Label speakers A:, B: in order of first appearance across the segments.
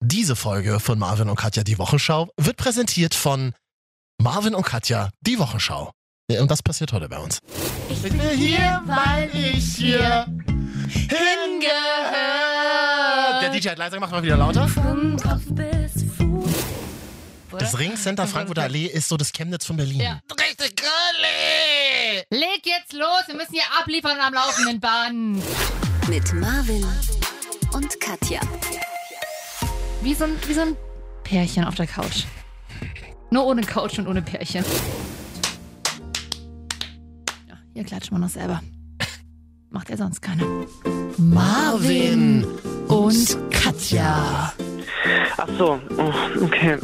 A: Diese Folge von Marvin und Katja die Wochenschau wird präsentiert von Marvin und Katja die Wochenschau. Ja, Und das passiert heute bei uns.
B: Ich bin hier, weil ich hier
A: hingehöre. Ah, Der DJ hat leiser gemacht, mal wieder lauter.
B: vom Kopf bis Fuß. Oder?
A: Das Ringcenter Frankfurter Allee ist so das Chemnitz von Berlin.
C: Ja.
A: Richtig Grilli!
C: Leg jetzt los, wir müssen hier abliefern am laufenden Band.
D: Mit Marvin und Katja.
C: Wie so, ein, wie so ein Pärchen auf der Couch. Nur ohne Couch und ohne Pärchen. Ja, hier klatscht man noch selber. Macht ja sonst keiner.
A: Marvin
C: und
A: Katja.
E: Ach so, oh, okay.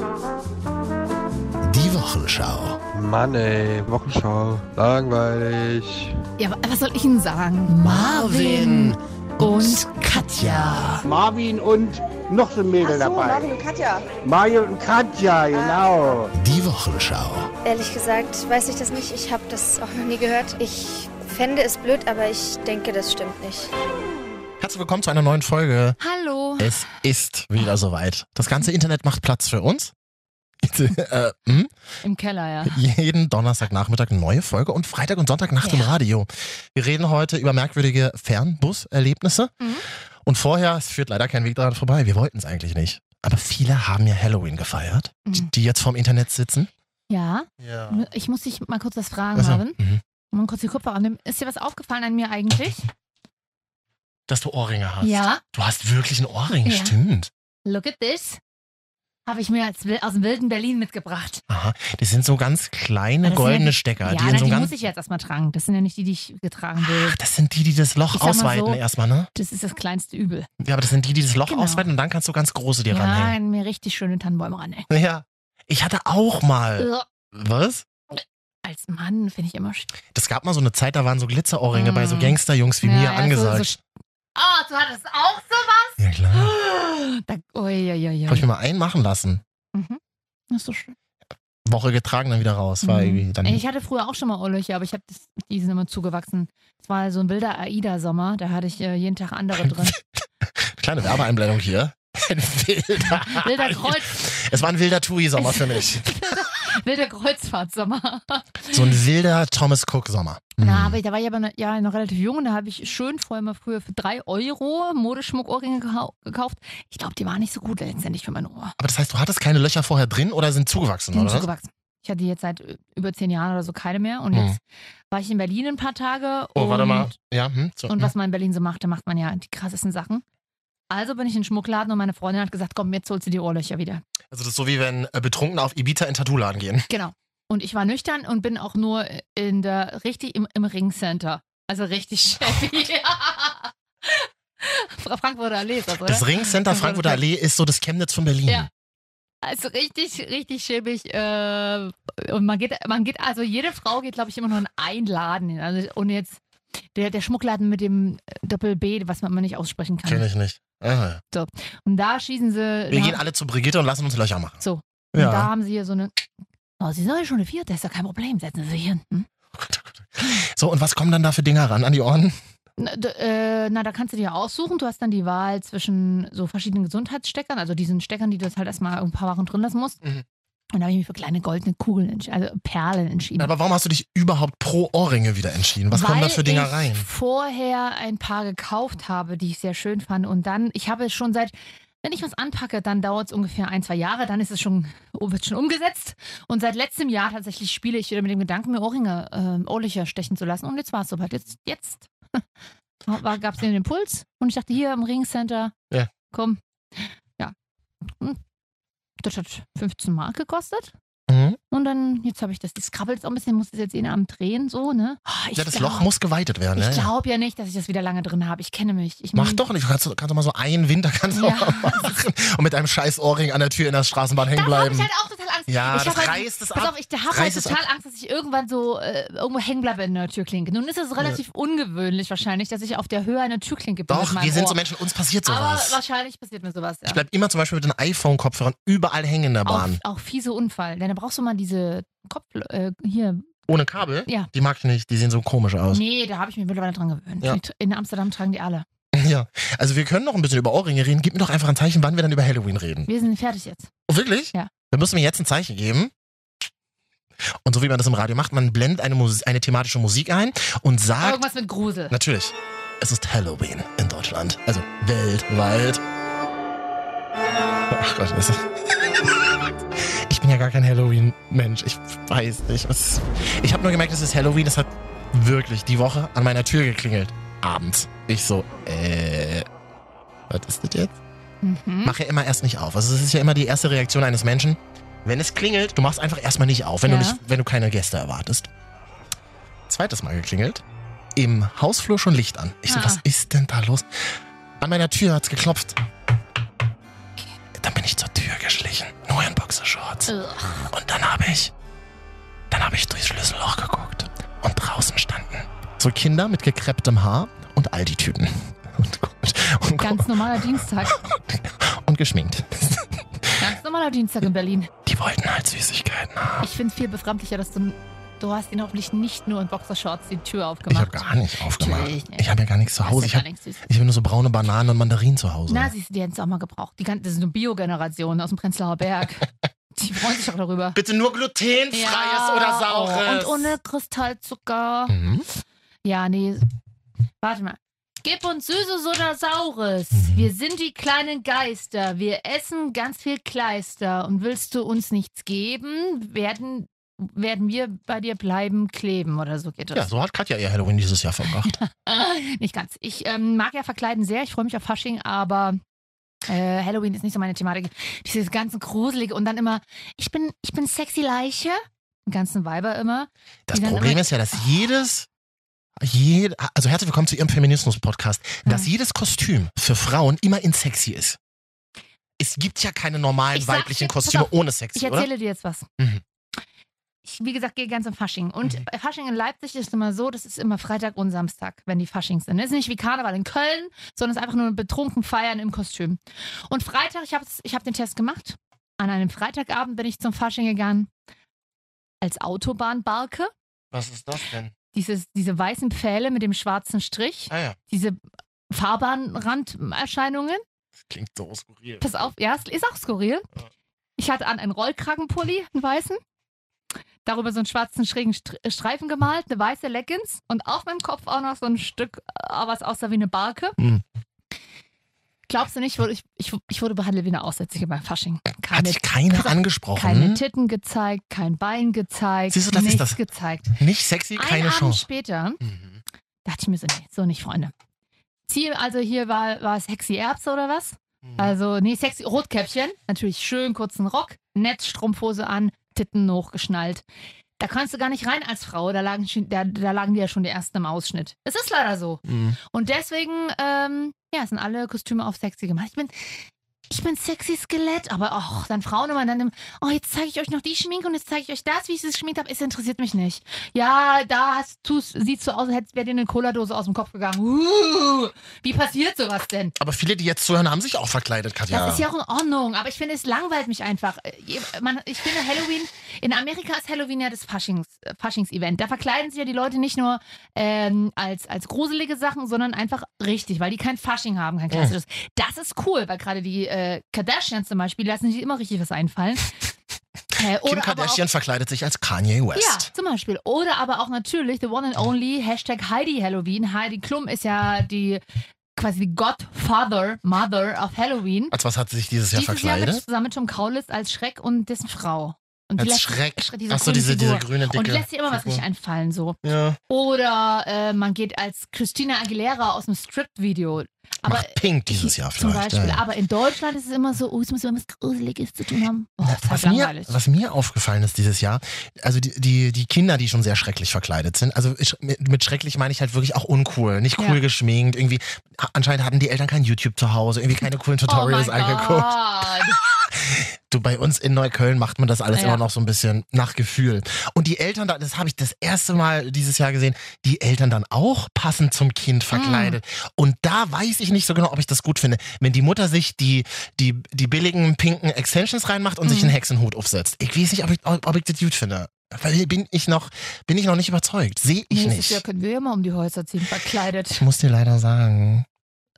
A: Die Wochenschau.
F: Mann ey, Wochenschau. Langweilig.
C: Ja, wa- was soll ich Ihnen sagen?
A: Marvin
C: und
A: Katja.
G: Marvin und noch so ein Mädel
H: Ach so,
G: dabei.
H: Marvin und Katja. Ah.
G: Mario und Katja, genau.
A: Die Wochenschau.
I: Ehrlich gesagt weiß ich das nicht. Ich habe das auch noch nie gehört. Ich fände es blöd, aber ich denke, das stimmt nicht.
A: Herzlich willkommen zu einer neuen Folge.
C: Hallo.
A: Es ist wieder soweit. Das ganze Internet macht Platz für uns. äh, hm?
C: Im Keller, ja.
A: Jeden Donnerstagnachmittag eine neue Folge und Freitag und Sonntagnacht im
C: Ja.
A: Radio. Wir reden heute über merkwürdige Fernbuserlebnisse.
C: Mhm.
A: Und vorher, es führt leider kein Weg daran vorbei, wir wollten es eigentlich nicht. Aber viele haben ja Halloween gefeiert, die,
C: Mhm.
A: die jetzt vorm Internet sitzen.
C: Ja,
A: Ja.
C: ich muss dich mal kurz was fragen,
A: Also,
C: Marvin.
A: mhm.
C: Mal kurz die Kupfer annehmen. Ist dir was aufgefallen an mir eigentlich?
A: Dass du Ohrringe hast.
C: Ja.
A: Du hast wirklich einen Ohrring,
C: Ja.
A: stimmt.
C: Look at this. Habe ich mir als, Wil- aus dem wilden Berlin mitgebracht.
A: Aha. Das sind so ganz kleine
C: Das sind ja
A: goldene
C: die-
A: Stecker,
C: ja,
A: die in
C: na,
A: so
C: die
A: ganz.
C: muss ich jetzt erstmal tragen. Das sind ja nicht die, die ich getragen will.
A: Ach, das sind die, die das Loch
C: Ich sag mal
A: ausweiten
C: so-
A: erstmal, ne?
C: Das ist das kleinste Übel.
A: Ja, aber das sind die, die das Loch
C: Genau.
A: ausweiten und dann kannst du ganz große dir
C: ja,
A: ranhängen.
C: an mir richtig schöne Tannenbäume ran. Ey.
A: Ja. Ich hatte auch mal.
C: Ugh,
A: Was?
C: Als Mann finde ich immer sch-
A: Das gab mal so eine Zeit, da waren so Glitzerohrringe bei so
C: Mm.
A: Gangsterjungs wie
C: Ja,
A: mir
C: ja, so-
A: angesagt.
C: so sch- Oh, du hattest auch sowas?
A: ja, klar.
C: Da, oi, oi, oi,
A: Habe ich
C: oi.
A: mir mal einen machen lassen.
C: Mhm. Das ist so schön.
A: Woche getragen, dann wieder raus. War
C: Mhm.
A: irgendwie dann.
C: Ey, Ich hatte früher auch schon mal Ohrlöcher, aber ich habe das, die sind immer zugewachsen. Es war so ein wilder AIDA-Sommer, da hatte ich äh, jeden Tag andere drin.
A: Kleine Werbeeinblendung hier. Ein wilder.
C: Wilder Kreuz,
A: Es war ein wilder Tui-Sommer für mich.
C: wilder Kreuzfahrtsommer.
A: So ein wilder Thomas Cook-Sommer. Mm.
C: Na, aber da war ich aber noch, ja, noch relativ jung und da habe ich schön vorher mal früher für drei Euro Modeschmuckohrringe gehau- gekauft. Ich glaube, die waren nicht so gut letztendlich für mein Ohr.
A: Aber das heißt, du hattest keine Löcher vorher drin oder sind
C: Die
A: zugewachsen,
C: sind
A: oder? was?
C: zugewachsen. Ich hatte die jetzt seit äh, über zehn Jahren oder so keine mehr und
A: Hm.
C: jetzt war ich in Berlin ein paar Tage.
A: Oh,
C: und,
A: warte mal. Ja, hm, so,
C: Und was man in Berlin so macht, da macht man ja die krassesten Sachen. Also bin ich in den Schmuckladen und meine Freundin hat gesagt, komm, jetzt holst du die Ohrlöcher wieder.
A: Also das ist so wie wenn äh, Betrunkene auf Ibiza in den Tattoo-Laden gehen.
C: Genau. Und ich war nüchtern und bin auch nur in der richtig im, im Ringcenter. Also richtig shabby. Fra- Frankfurter Allee ist das, oder?
A: Das Ringcenter
C: Das war
A: Frankfurter
C: das-
A: Allee ist so das Chemnitz von Berlin.
C: Ja. Also richtig, richtig schäbig. Äh, und man geht, man geht, also jede Frau geht, glaube ich, immer nur in einen Laden. hin. Also, und jetzt der, der Schmuckladen mit dem Doppel-B, was man immer nicht aussprechen kann.
A: Kenn ich nicht. Ah.
C: Und da schießen sie.
A: Wir
C: da,
A: gehen alle zu Brigitte und lassen uns Löcher machen.
C: So. und da
A: Ja.
C: haben sie hier so eine. Oh, sie sind ja schon eine Vierte, ist ja kein Problem. Setzen Sie sich hin. Hm?
A: Oh So, und was kommen dann da für Dinger ran an die Ohren?
C: Na, d- äh, na, da kannst du dir aussuchen. Du hast dann die Wahl zwischen so verschiedenen Gesundheitssteckern, also diesen Steckern, die du jetzt halt erstmal ein paar Wochen drin lassen musst.
A: Mhm.
C: Und da habe ich mich für kleine goldene Kugeln, entschi- also Perlen entschieden.
A: Aber warum hast du dich überhaupt pro Ohrringe wieder entschieden? Was kommen da
C: Weil
A: für Dinger
C: ich
A: rein?
C: vorher ein paar gekauft habe, die ich sehr schön fand. Und dann, ich habe es schon seit, wenn ich was anpacke, dann dauert es ungefähr ein, zwei Jahre, dann ist es schon, wird schon umgesetzt. Und seit letztem Jahr tatsächlich spiele ich wieder mit dem Gedanken, mir Ohrringe, ähm, Ohrlöcher stechen zu lassen. Und jetzt war es soweit. Jetzt, jetzt gab es den Impuls und ich dachte, hier im Ringcenter,
A: Ja.
C: komm. Ja. Hm. Das hat 15 Mark gekostet.
A: Mhm.
C: Und dann, jetzt habe ich das, das krabbelt jetzt auch ein bisschen, muss das jetzt jeden Abend drehen, so, ne? Ah, ich
A: Ja, das
C: glaub-
A: Loch muss geweitet werden.
C: ich
A: ja, ja.
C: glaube ja nicht, dass ich das wieder lange drin habe. Ich kenne mich. Ich
A: Ah, Mach
C: mein-
A: doch nicht. Du kannst, kannst doch mal so einen Winter kannst du
C: Ja.
A: auch mal machen. Und mit einem scheiß Ohrring an der Tür in der Straßenbahn hängen
C: Davor habe
A: bleiben.
C: ich halt auch total Angst.
A: ja,
C: ich
A: das
C: hab halt,
A: reißt es
C: Pass
A: ab.
C: auf, ich habe halt
A: Reiß es
C: total Angst, dass ich irgendwann so äh, irgendwo hängen bleibe in der Türklinke. Nun ist es relativ ungewöhnlich wahrscheinlich, dass ich auf der Höhe einer Türklinke bin. mit
A: Doch,
C: meinem
A: wir sind
C: Ohr.
A: so Menschen, uns passiert
C: Aber
A: sowas.
C: wahrscheinlich passiert mir sowas. Ja.
A: Ich bleib immer zum Beispiel mit den iPhone-Kopfhörern überall hängen in der
C: auch,
A: Bahn.
C: auch fiese Unfall. Denn da brauchst du mal diese Kopf. Äh, hier.
A: Ohne Kabel?
C: Ja.
A: Die mag ich nicht, die sehen so komisch aus.
C: Nee, da habe ich mich mittlerweile dran gewöhnt.
A: Ja.
C: In Amsterdam tragen die alle.
A: Ja. Also wir können noch ein bisschen über Ohrringe reden. Gib mir doch einfach ein Zeichen, wann wir dann über Halloween reden.
C: Wir sind fertig jetzt.
A: Oh, wirklich?
C: Ja.
A: Dann müssen wir jetzt ein Zeichen geben. Und so wie man das im Radio macht, man blendet eine, Mus eine thematische Musik ein und sagt,
C: Irgendwas mit Grusel.
A: natürlich, es ist Halloween in Deutschland. Also weltweit. Ach Gott, das ist... Ich bin ja gar kein Halloween-Mensch. Ich weiß nicht. Was ich habe nur gemerkt, es ist Halloween. Es hat wirklich die Woche an meiner Tür geklingelt. Abends. Ich so, äh, was ist das jetzt?
C: Mhm.
A: mache immer erst nicht auf. Also es ist ja immer die erste Reaktion eines Menschen. Wenn es klingelt, du machst einfach erstmal nicht auf, wenn,
C: Ja.
A: du nicht, wenn du keine Gäste erwartest. Zweites Mal geklingelt. Im Hausflur schon Licht an. Ich so,
C: Ah.
A: was ist denn da los? An meiner Tür hat's geklopft. Dann bin ich zur Tür geschlichen. Nur in Boxershorts.
C: Ugh.
A: Und dann habe ich, dann habe ich durchs Schlüsselloch geguckt. Und draußen standen so Kinder mit gekrepptem Haar und Aldi-Tüten. Und, und, und,
C: Ganz normaler Dienstag.
A: und geschminkt.
C: Ganz normaler Dienstag in Berlin.
A: Die wollten halt Süßigkeiten haben.
C: Ich finde es viel befremdlicher, dass du. Du hast ihn hoffentlich nicht nur in Boxershorts die Tür
A: Ich
C: aufgemacht.
A: habe gar nicht aufgemacht.
C: Natürlich nicht.
A: Ich habe ja gar nichts zu
C: Hast
A: Hause.
C: ja
A: Ich
C: gar
A: habe
C: nichts Süßes.
A: ich hab nur so braune Bananen und Mandarinen zu Hause.
C: Na, siehst du, die hätten es auch mal gebraucht. Die ganze, das ist eine Bio-Generation aus dem Prenzlauer Berg. die freuen sich auch darüber.
A: Bitte nur glutenfreies
C: Oh, und ohne Kristallzucker.
A: Mhm.
C: Ja, nee. Warte mal. Gib uns Süßes oder Saures.
A: Mhm.
C: Wir sind die kleinen Geister. Wir essen ganz viel Kleister. Und willst du uns nichts geben, werden, werden wir bei dir bleiben, kleben oder so geht das.
A: Ja, so hat Katja ihr Halloween dieses Jahr verbracht.
C: Äh, Nicht ganz. Ich ähm, mag ja Verkleiden sehr. Ich freue mich auf Fasching, aber äh, Halloween ist nicht so meine Thematik. Dieses ganze Gruselige und dann immer, ich bin, ich bin sexy Leiche. Die ganzen Weiber immer.
A: Das
C: Die dann
A: Problem
C: immer-
A: ist ja, dass jedes. Jed, also herzlich willkommen zu Ihrem Feminismus-Podcast. Dass jedes Kostüm für Frauen immer in sexy ist. Es gibt ja keine normalen
C: Ich sag's
A: weiblichen
C: dir, pass
A: Kostüme
C: auf.
A: ohne sexy,
C: Ich
A: oder?
C: erzähle dir jetzt was.
A: Mhm.
C: Ich, wie gesagt, gehe ganz im Fasching. Und äh, Fasching in Leipzig ist immer so, das ist immer Freitag und Samstag, wenn die Faschings sind. Das ist nicht wie Karneval in Köln, sondern es ist einfach nur ein betrunken Feiern im Kostüm. Und Freitag, ich habe ich hab den Test gemacht. An einem Freitagabend bin ich zum Fasching gegangen. Als Autobahnbarke.
A: Was ist das denn?
C: Dieses, diese weißen Pfähle mit dem schwarzen Strich.
A: Ah ja,
C: Diese Fahrbahnranderscheinungen.
A: das klingt so skurril.
C: Pass auf, ja, es ist auch skurril. Ich hatte an einen Rollkragenpulli, einen weißen, darüber so einen schwarzen schrägen Str- Streifen gemalt, eine weiße Leggings und auf meinem Kopf auch noch so ein Stück, äh, was aussah wie eine Barke.
A: Mhm.
C: Glaubst du nicht, wurde ich, ich, ich wurde behandelt wie eine Aussätzige beim Fasching.
A: Hat
C: Keine,
A: dich keiner angesprochen?
C: keine Titten gezeigt, kein Bein gezeigt,
A: Siehst du, das ist
C: nichts
A: das.
C: gezeigt.
A: Nicht sexy, keine
C: Einen Abend
A: Chance.
C: später
A: Mhm.
C: dachte ich mir so, nee, so nicht, Freunde. Ziel, also hier war, war Sexy Erbse oder was?
A: Mhm.
C: Also, nee, sexy Rotkäppchen. Natürlich schön kurzen Rock, Netzstrumpfhose an, Titten hochgeschnallt. Da kannst du gar nicht rein als Frau. Da lagen, schon- da, da lagen die ja schon die ersten im Ausschnitt. Es ist leider so.
A: Mhm.
C: Und deswegen, ähm, ja, sind alle Kostüme auf sexy gemacht. Ich bin, ich bin sexy Skelett, aber auch dann Frauen immer dann, im, oh, jetzt zeige ich euch noch die Schminke und jetzt zeige ich euch das, wie ich es geschminkt habe. Es interessiert mich nicht. Ja, da hast, tust, sieht so aus, als wäre dir eine Cola-Dose aus dem Kopf gegangen. Uh, wie passiert sowas denn?
A: Aber viele, die jetzt zuhören, haben sich auch verkleidet, Katja.
C: Das ist ja auch in Ordnung, aber ich finde, es langweilt mich einfach. Äh, je- Man, ich finde Halloween, in Amerika ist Halloween ja das Faschings, äh, Faschings-Event. Da verkleiden sich ja die Leute nicht nur ähm, als, als gruselige Sachen, sondern einfach richtig, weil die kein Fasching haben, kein klassisches. Das ist cool, weil gerade die äh, Kardashians zum Beispiel lassen sich immer richtig was einfallen.
A: Kim
C: Äh, oder aber auch,
A: Kardashian verkleidet sich als Kanye
C: ja,
A: West.
C: zum Beispiel. Oder aber auch natürlich the one and only Hashtag Heidi Halloween. Heidi Klum ist ja die quasi die Godfather, Mother of Halloween.
A: Als was hat sie sich dieses Jahr
C: Dieses Jahr mit,
A: verkleidet?
C: zusammen mit Tom Kaulitz als Schreck und dessen Frau. Und die
A: als
C: lässt- äh,
A: Schreck.
C: Schreck, diese
A: Achso,
C: grüne
A: diese, diese
C: Figur.
A: grüne, dicke.
C: und lässt sich immer was
A: Figur.
C: nicht einfallen so.
A: Ja.
C: Oder äh, man geht als Christina Aguilera aus einem Strip-Video. Aber
A: Macht Pink dieses Jahr
C: zum
A: vielleicht.
C: Beispiel.
A: ja.
C: Aber in Deutschland ist es immer so, oh, jetzt müssen wir was Gruseliges zu tun haben. Oh, das ist halt
A: Was mir,
C: langweilig.
A: was mir aufgefallen ist dieses Jahr, also die, die, die Kinder, die schon sehr schrecklich verkleidet sind, also ich, mit mit schrecklich meine ich halt wirklich auch uncool, nicht cool
C: Ja.
A: geschminkt, irgendwie, a- anscheinend hatten die Eltern kein YouTube zu Hause, irgendwie keine coolen
C: oh mein
A: Tutorials angeguckt.
C: Gott.
A: Du, bei uns in Neukölln macht man das alles
C: Ja.
A: immer noch so ein bisschen nach Gefühl. Und die Eltern, da- das habe ich das erste Mal dieses Jahr gesehen, die Eltern dann auch passend zum Kind verkleidet. Und da weiß ich nicht so genau, ob ich das gut finde, wenn die Mutter sich die, die, die billigen pinken Extensions reinmacht und sich
C: Mhm.
A: einen Hexenhut aufsetzt. Ich weiß nicht, ob ich, ob, ob ich das gut finde. Weil bin ich noch, bin ich noch nicht überzeugt. Sehe ich
C: Nächstes Jahr
A: nicht.
C: können wir ja mal um die Häuser ziehen, verkleidet.
A: Ich muss dir leider sagen,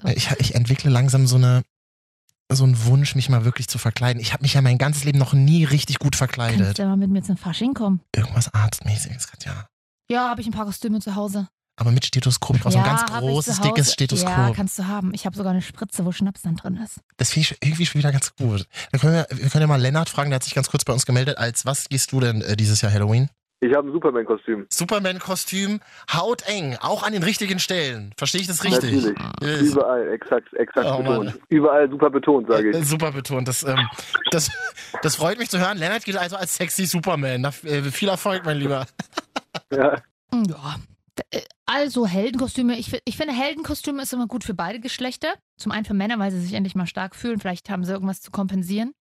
A: äh, Ich, ich entwickle langsam so eine so einen Wunsch, mich mal wirklich zu verkleiden. Ich habe mich ja mein ganzes Leben noch nie richtig gut
C: Kannst
A: verkleidet.
C: du ja mal mit mir zum Fasching kommen?
A: Irgendwas Arztmäßiges, ja.
C: Ja, habe ich ein paar Kostüme zu Hause.
A: Aber mit Stethoskop. Ich brauche
C: ja,
A: so ein ganz
C: hab ich
A: großes,
C: zu Hause.
A: dickes
C: Ja,
A: Stethoskop.
C: kannst du haben. Ich habe sogar eine Spritze, wo Schnaps dann drin ist.
A: das finde ich irgendwie schon wieder ganz gut. Dann können wir, wir können ja mal Lennart fragen, der hat sich ganz kurz bei uns gemeldet. Als was gehst du denn äh, dieses Jahr Halloween?
H: Ich habe ein Superman-Kostüm.
A: Superman-Kostüm, hauteng, auch an den richtigen Stellen. Verstehe ich das richtig?
H: Natürlich.
A: Yes.
H: Überall, exakt, exakt
A: Oh, Mann.
H: betont. Überall super betont, sage
A: Äh,
H: ich.
A: Super betont. Das, ähm, das, das freut mich zu hören. Lennart gilt also als sexy Superman. Da, äh, viel Erfolg, mein Lieber.
H: Ja.
C: Ja. D- äh, Also Heldenkostüme. Ich, fi- ich finde, Heldenkostüme ist immer gut für beide Geschlechter. Zum einen für Männer, weil sie sich endlich mal stark fühlen. Vielleicht haben sie irgendwas zu kompensieren.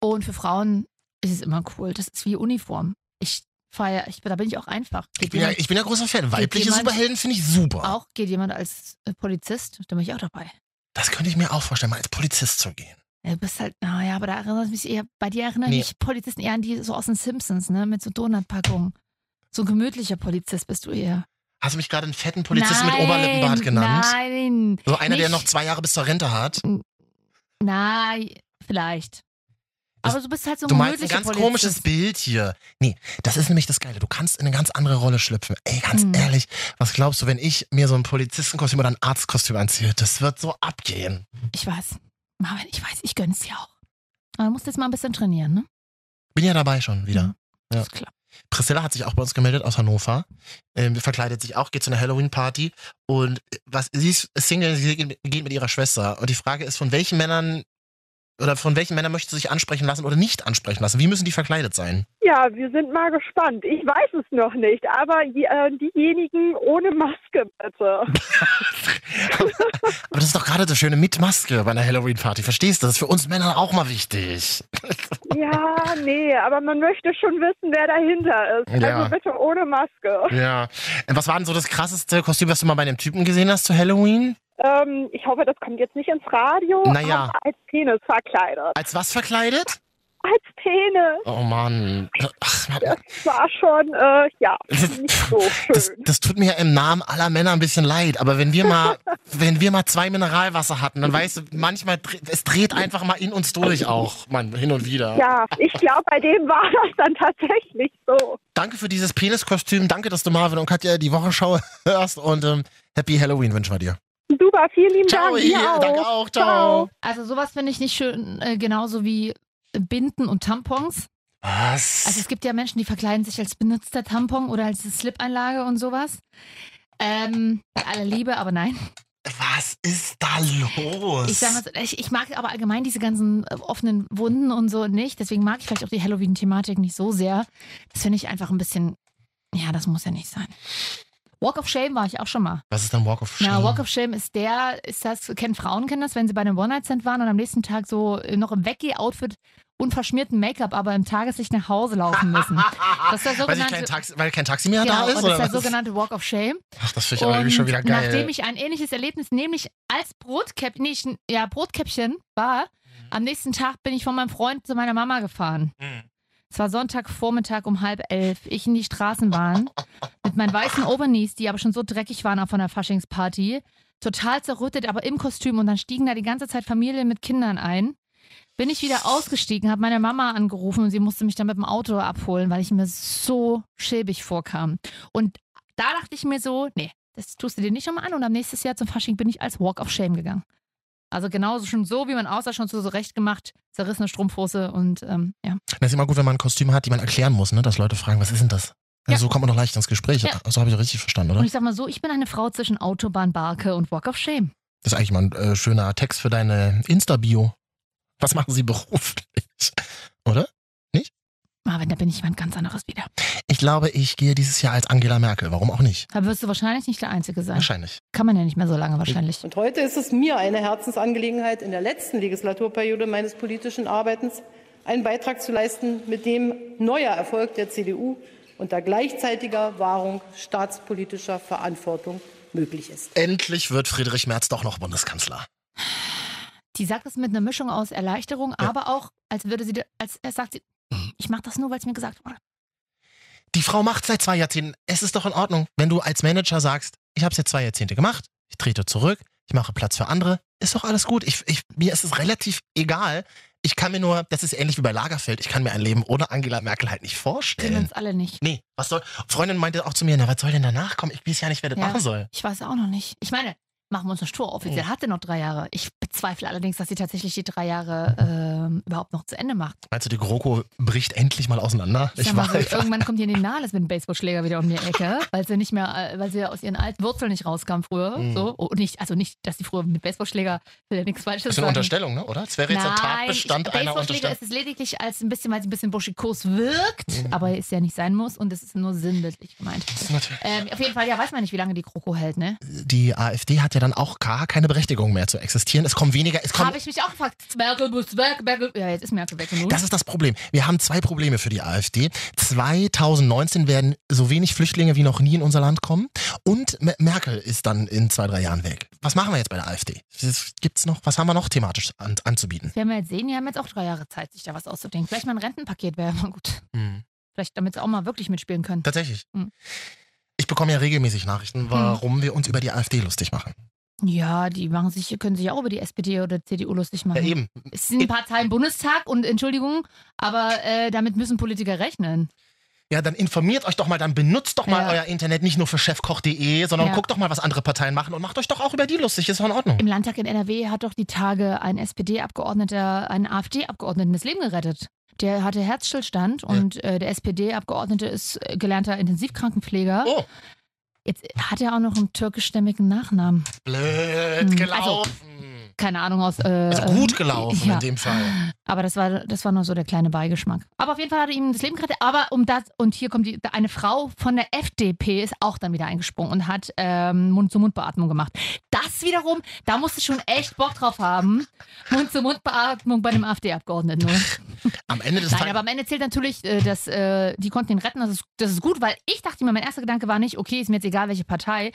C: Und für Frauen ist es immer cool. Das ist wie Uniform. Ich feier, ich, da bin ich auch einfach.
A: Ich
C: Geht
A: bin ja,
C: jemand,
A: ich bin ja großer Fan. Weibliche
C: jemand-
A: Superhelden finde ich super.
C: auch geht jemand als äh, Polizist, da bin ich auch dabei.
A: Das könnte ich mir auch vorstellen, mal als Polizist zu gehen.
C: Du bist halt, naja, aber da erinnert mich eher, bei dir erinnern
A: Nee.
C: mich Polizisten eher an die so aus den Simpsons, ne? Mit so Donutpackungen. So ein gemütlicher Polizist bist du eher.
A: Hast du mich gerade einen fetten Polizisten
C: nein,
A: mit Oberlippenbart genannt?
C: Nein,
A: So einer, der
C: nicht-
A: noch zwei Jahre bis zur Rente hat.
C: nein, vielleicht.
A: Das-
C: Aber du bist halt so ein
A: Du meinst ein
C: gemütlicher
A: ganz
C: Polizist.
A: komisches Bild hier. Nee, das ist nämlich das Geile. Du kannst in eine ganz andere Rolle schlüpfen. Ey, ganz
C: Hm.
A: ehrlich, was glaubst du, wenn ich mir so ein Polizistenkostüm oder ein Arztkostüm anziehe? Das wird so abgehen.
C: Ich weiß. Marvin, ich weiß, ich gönn's dir auch. Aber du musst jetzt mal ein bisschen trainieren, ne?
A: Bin ja dabei schon wieder.
C: Mhm.
A: Ja.
C: Das klappt.
A: Priscilla hat sich auch bei uns gemeldet aus Hannover. Ähm, verkleidet sich auch, geht zu einer Halloween-Party. Und äh, was, sie ist Single, sie geht geht mit ihrer Schwester. Und die Frage ist, von welchen Männern oder von welchen Männern möchtest du dich ansprechen lassen oder nicht ansprechen lassen? Wie müssen die verkleidet sein?
J: Ja, wir sind mal gespannt. Ich weiß es noch nicht, aber die, äh, diejenigen ohne Maske bitte.
A: Aber das ist doch gerade das Schöne mit Maske bei einer Halloween-Party. Verstehst du? Das ist für uns Männer auch mal wichtig.
J: Ja, nee, aber man möchte schon wissen, wer dahinter ist.
A: Ja.
J: Also bitte ohne Maske.
A: Ja. Ähm, Was war denn so das krasseste Kostüm, was du mal bei einem Typen gesehen hast zu Halloween?
J: Ähm, ich hoffe, das kommt jetzt nicht ins Radio.
A: Naja.
J: Aber als Penis verkleidet.
A: Als was verkleidet?
J: Als Penis.
A: Oh Mann. Ach, Mann.
J: Das war schon, äh, ja, nicht so
A: Das,
J: schön.
A: das tut mir im Namen aller Männer ein bisschen leid, aber wenn wir mal, wenn wir mal zwei Mineralwasser hatten, dann weißt du, manchmal dre- es dreht einfach mal in uns durch auch, man, hin und wieder.
J: Ja, ich glaube, bei dem war das dann tatsächlich so.
A: Danke für dieses Peniskostüm, danke, dass du Marvin und Katja die Wochenschau hörst und ähm, Happy Halloween wünschen wir dir.
J: Super, vielen lieben
A: Ciao,
J: Dank.
A: ihr,
J: Dir auch.
A: danke auch, ciao.
C: Also sowas finde ich nicht schön, äh, genauso wie Binden und Tampons.
A: Was?
C: Also es gibt ja Menschen, die verkleiden sich als benutzter Tampon oder als Slip-Einlage und sowas. Ähm, bei aller Liebe, aber nein.
A: Was ist da los?
C: Ich, sag mal, so, ich, ich mag aber allgemein diese ganzen äh, offenen Wunden und so nicht. Deswegen mag ich vielleicht auch die Halloween-Thematik nicht so sehr. Das finde ich einfach ein bisschen. Ja, das muss ja nicht sein. Walk of Shame war ich auch schon mal.
A: Was ist denn Walk of Shame?
C: Na, Walk of Shame ist der, ist das, kennen Frauen kennen das, wenn sie bei einem One-Night-Stand waren und am nächsten Tag so äh, noch im Weggeh-Outfit und verschmierten Make-up, aber im Tageslicht nach Hause laufen müssen. Das ist der
A: weil, ich
C: sogenannte,
A: kein Taxi, weil kein Taxi mehr
C: genau,
A: da ist?
C: und das
A: oder
C: ist der
A: was?
C: sogenannte Walk of Shame.
A: Ach, das finde ich aber irgendwie
C: Und
A: schon wieder geil.
C: nachdem ich ein ähnliches Erlebnis, nämlich als Brotkäppchen, nee, ich- ja, Brotkäppchen war, am nächsten Tag bin ich von meinem Freund zu meiner Mama gefahren.
A: Mhm.
C: Es war Sonntagvormittag um halb elf. Ich in die Straßenbahn mit meinen weißen Overknees, die aber schon so dreckig waren auch von der Faschingsparty. Total zerrüttet, aber im Kostüm. Und dann stiegen da die ganze Zeit Familien mit Kindern ein. Bin ich wieder ausgestiegen, habe meine Mama angerufen und sie musste mich dann mit dem Auto abholen, weil ich mir so schäbig vorkam. Und da dachte ich mir so, nee, das tust du dir nicht nochmal an. Und am nächsten Jahr zum Fasching bin ich als Walk of Shame gegangen. Also genauso schon so, wie man aussah, schon so, so recht gemacht, zerrissene Strumpfhose und ähm, ja.
A: Das ist immer gut, wenn man ein Kostüm hat, die man erklären muss, ne? dass Leute fragen, was ist denn das? Ja.
C: Ja.
A: So kommt man doch leicht ins Gespräch.
C: Ja.
A: So habe ich richtig verstanden,
C: Und
A: oder?
C: ich sag mal so, ich bin eine Frau zwischen Autobahn, Barke und Walk of Shame.
A: Das ist eigentlich mal ein äh, schöner Text für deine Insta-Bio. Was machen sie beruflich?
C: Marvin, da bin ich jemand ganz anderes wieder.
A: Ich glaube, ich gehe dieses Jahr als Angela Merkel. Warum auch nicht?
C: Da wirst du wahrscheinlich nicht der Einzige sein.
A: Wahrscheinlich.
C: Kann man ja nicht mehr so lange wahrscheinlich.
J: Und heute ist es mir eine Herzensangelegenheit, in der letzten Legislaturperiode meines politischen Arbeitens einen Beitrag zu leisten, mit dem neuer Erfolg der CDU unter gleichzeitiger Wahrung staatspolitischer Verantwortung möglich ist.
A: Endlich wird Friedrich Merz doch noch Bundeskanzler.
C: Die sagt es mit einer Mischung aus Erleichterung, aber auch, als würde sie, als er sagt sie, ich mache das nur, weil es mir gesagt wurde.
A: Die Frau macht seit zwei Jahrzehnten. Es ist doch in Ordnung, wenn du als Manager sagst, ich habe es jetzt zwei Jahrzehnte gemacht, ich trete zurück, ich mache Platz für andere, ist doch alles gut. Ich, ich, mir ist es relativ egal. Ich kann mir nur, das ist ähnlich wie bei Lagerfeld, ich kann mir ein Leben ohne Angela Merkel halt nicht
C: Können
A: vorstellen.
C: uns alle nicht.
A: Nee, was soll. Freundin meinte auch zu mir, na, was soll denn danach kommen? Ich weiß ja nicht, wer das
C: Ja.
A: machen soll.
C: Ich weiß auch noch nicht. Ich meine, machen wir uns eine Stur offiziell. Hat er noch drei Jahre? Ich bezweifle allerdings, dass sie tatsächlich die drei Jahre ähm, überhaupt noch zu Ende macht.
A: Meinst du, die GroKo bricht endlich mal auseinander?
C: Ich sag mal so, irgendwann kommt hier in den Nahles mit dem Baseballschläger wieder um die Ecke, weil sie nicht mehr, äh, weil sie aus ihren alten Wurzeln nicht rauskam früher.
A: Mhm.
C: So. Oh, nicht, also nicht, dass sie früher mit Baseballschläger will ja nichts Falsches
A: Das ist eine
C: sagen.
A: Unterstellung, ne? oder? Es wäre jetzt ein
C: Nein, ich-
A: Tatbestand einer
C: Baseballschläger
A: Unterstellung.
C: ist es lediglich als ein bisschen, weil es ein bisschen buschikos wirkt,
A: Mhm.
C: aber es ja nicht sein muss und es ist nur sinnbildlich gemeint.
A: Das ist natürlich-
C: Ähm, auf jeden Fall, ja, weiß man nicht, wie lange die Kroko hält, ne?
A: Die AfD hat ja dann auch gar keine Berechtigung mehr zu existieren. Es kommen weniger, es kommen
C: Habe ich mich auch gefragt. Merkel muss weg, Merkel. Ja, jetzt ist Merkel weg genug.
A: Das ist das Problem. Wir haben zwei Probleme für die AfD. 2019 werden so wenig Flüchtlinge wie noch nie in unser Land kommen. Und M- Merkel ist dann in zwei, drei Jahren weg. Was machen wir jetzt bei der AfD? Das Gibt's noch, was haben wir noch thematisch an, anzubieten?
C: Wir haben ja jetzt sehen, die haben jetzt auch drei Jahre Zeit, sich da was auszudenken. Vielleicht mal ein Rentenpaket wäre mal gut. Vielleicht, damit sie auch mal wirklich mitspielen können.
A: Tatsächlich.
C: Hm.
A: Ich bekomme ja regelmäßig
C: Mhm.
A: Nachrichten, warum wir uns über die AfD lustig machen.
C: Ja, die machen sich, können sich auch über die SPD oder CDU lustig machen.
A: Ja, eben.
C: Es sind Parteien im Bundestag und Entschuldigung, aber äh, damit müssen Politiker rechnen.
A: Ja, dann informiert euch doch mal, dann benutzt doch mal
C: Ja.
A: euer Internet nicht nur für chefkoch.de, sondern
C: Ja.
A: guckt doch mal, was andere Parteien machen und macht euch doch auch über die lustig. Ist doch in Ordnung.
C: Im Landtag in NRW hat doch die Tage ein SPD-Abgeordneter, ein AfD-Abgeordneten das Leben gerettet. Der hatte Herzstillstand und äh, der SPD-Abgeordnete ist äh, gelernter Intensivkrankenpfleger.
A: Oh,
C: Jetzt hat er auch noch einen türkischstämmigen Nachnamen.
A: blöd
C: Hm,
A: gelaufen.
C: Keine Ahnung aus. Äh,
A: Also, gut gelaufen
C: ja.
A: in dem Fall.
C: Aber das war, das war nur so der kleine Beigeschmack. Aber auf jeden Fall hat er ihm das Leben gerettet. Aber um das, und hier kommt die, eine Frau von der FDP ist auch dann wieder eingesprungen und hat ähm, Mund-zu-Mund-Beatmung gemacht. Das wiederum, da musst du schon echt Bock drauf haben. Mund-zu-Mund-Beatmung bei einem AfD-Abgeordneten. Ne?
A: Am Ende des
C: Nein,
A: Tages.
C: aber am Ende zählt natürlich, äh, dass äh, die konnten ihn retten. Das ist, das ist gut, weil ich dachte immer, mein erster Gedanke war nicht, okay, ist mir jetzt egal, welche Partei.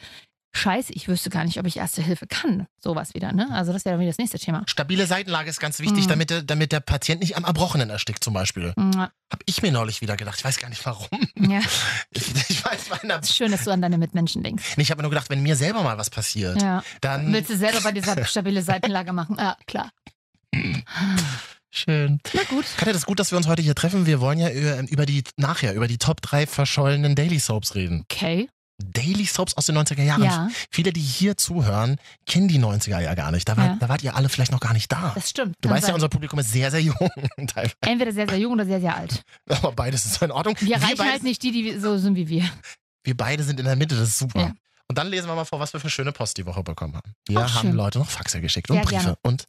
C: Scheiße, ich wüsste gar nicht, ob ich Erste Hilfe kann. Sowas wieder, ne? Also das wäre dann wieder das nächste Thema.
A: Stabile Seitenlage ist ganz wichtig,
C: Mhm.
A: damit, der, damit der Patient nicht am Erbrochenen erstickt, zum Beispiel.
C: Mua.
A: Hab ich mir neulich wieder gedacht. Ich weiß gar nicht warum.
C: Ja,
A: Ich, ich weiß, meiner,
C: ist schön, dass du an deine Mitmenschen denkst.
A: Nee, ich habe mir nur gedacht, wenn mir selber mal was passiert,
C: Ja.
A: dann.
C: Willst du selber bei dieser stabile Seitenlage machen? Ja, klar.
A: Schön.
C: Na gut.
A: Katja, das ist gut, dass wir uns heute hier treffen. Wir wollen ja über, über die, nachher, über die Top 3 verschollenen Daily Soaps reden.
C: Okay.
A: Daily Soaps aus den 90er Jahren.
C: Ja,
A: Viele, die hier zuhören, kennen die 90er ja gar nicht. Da, war,
C: Ja.
A: da wart ihr alle vielleicht noch gar nicht da.
C: das stimmt.
A: Du
C: Kann
A: weißt ja,
C: sein.
A: unser Publikum ist sehr, sehr jung. teilweise.
C: Entweder sehr, sehr jung oder sehr, sehr alt.
A: Aber beides ist in Ordnung.
C: Wir erreichen
A: beide-
C: halt nicht die, die so sind wie wir.
A: Wir beide sind in der Mitte, das ist super.
C: Ja.
A: Und dann lesen wir mal vor, was wir für schöne Post die Woche bekommen haben. Wir
C: Auch
A: haben
C: schön.
A: Leute noch Faxe geschickt
C: Sehr
A: und Briefe
C: gerne.
A: und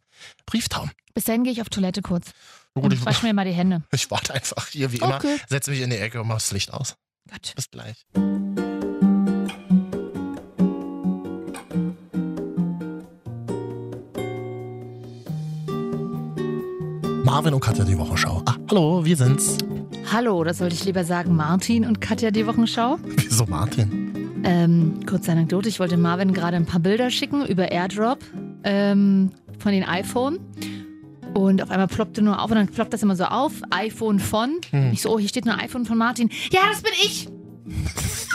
A: Brieftauben.
C: Bis dahin gehe ich auf Toilette kurz.
A: Na Oh, Gut,
C: Und
A: ich,
C: wasch mir mal die Hände.
A: ich warte einfach hier wie immer,
C: Okay.
A: setze mich in die Ecke und mach das Licht aus.
C: Gott.
A: Bis gleich. Marvin und Katja, die Wochenschau. Ah, hallo, wir sind's.
C: Hallo, das sollte ich lieber sagen, Martin und Katja, die Wochenschau.
A: Wieso Martin?
C: Ähm, kurze Anekdote, ich wollte Marvin gerade ein paar Bilder schicken über Airdrop ähm, von den iPhone. Und auf einmal ploppte nur auf und dann ploppt das immer so auf, iPhone von. Ich so, oh, hier steht nur iPhone von Martin. Ja, das bin ich.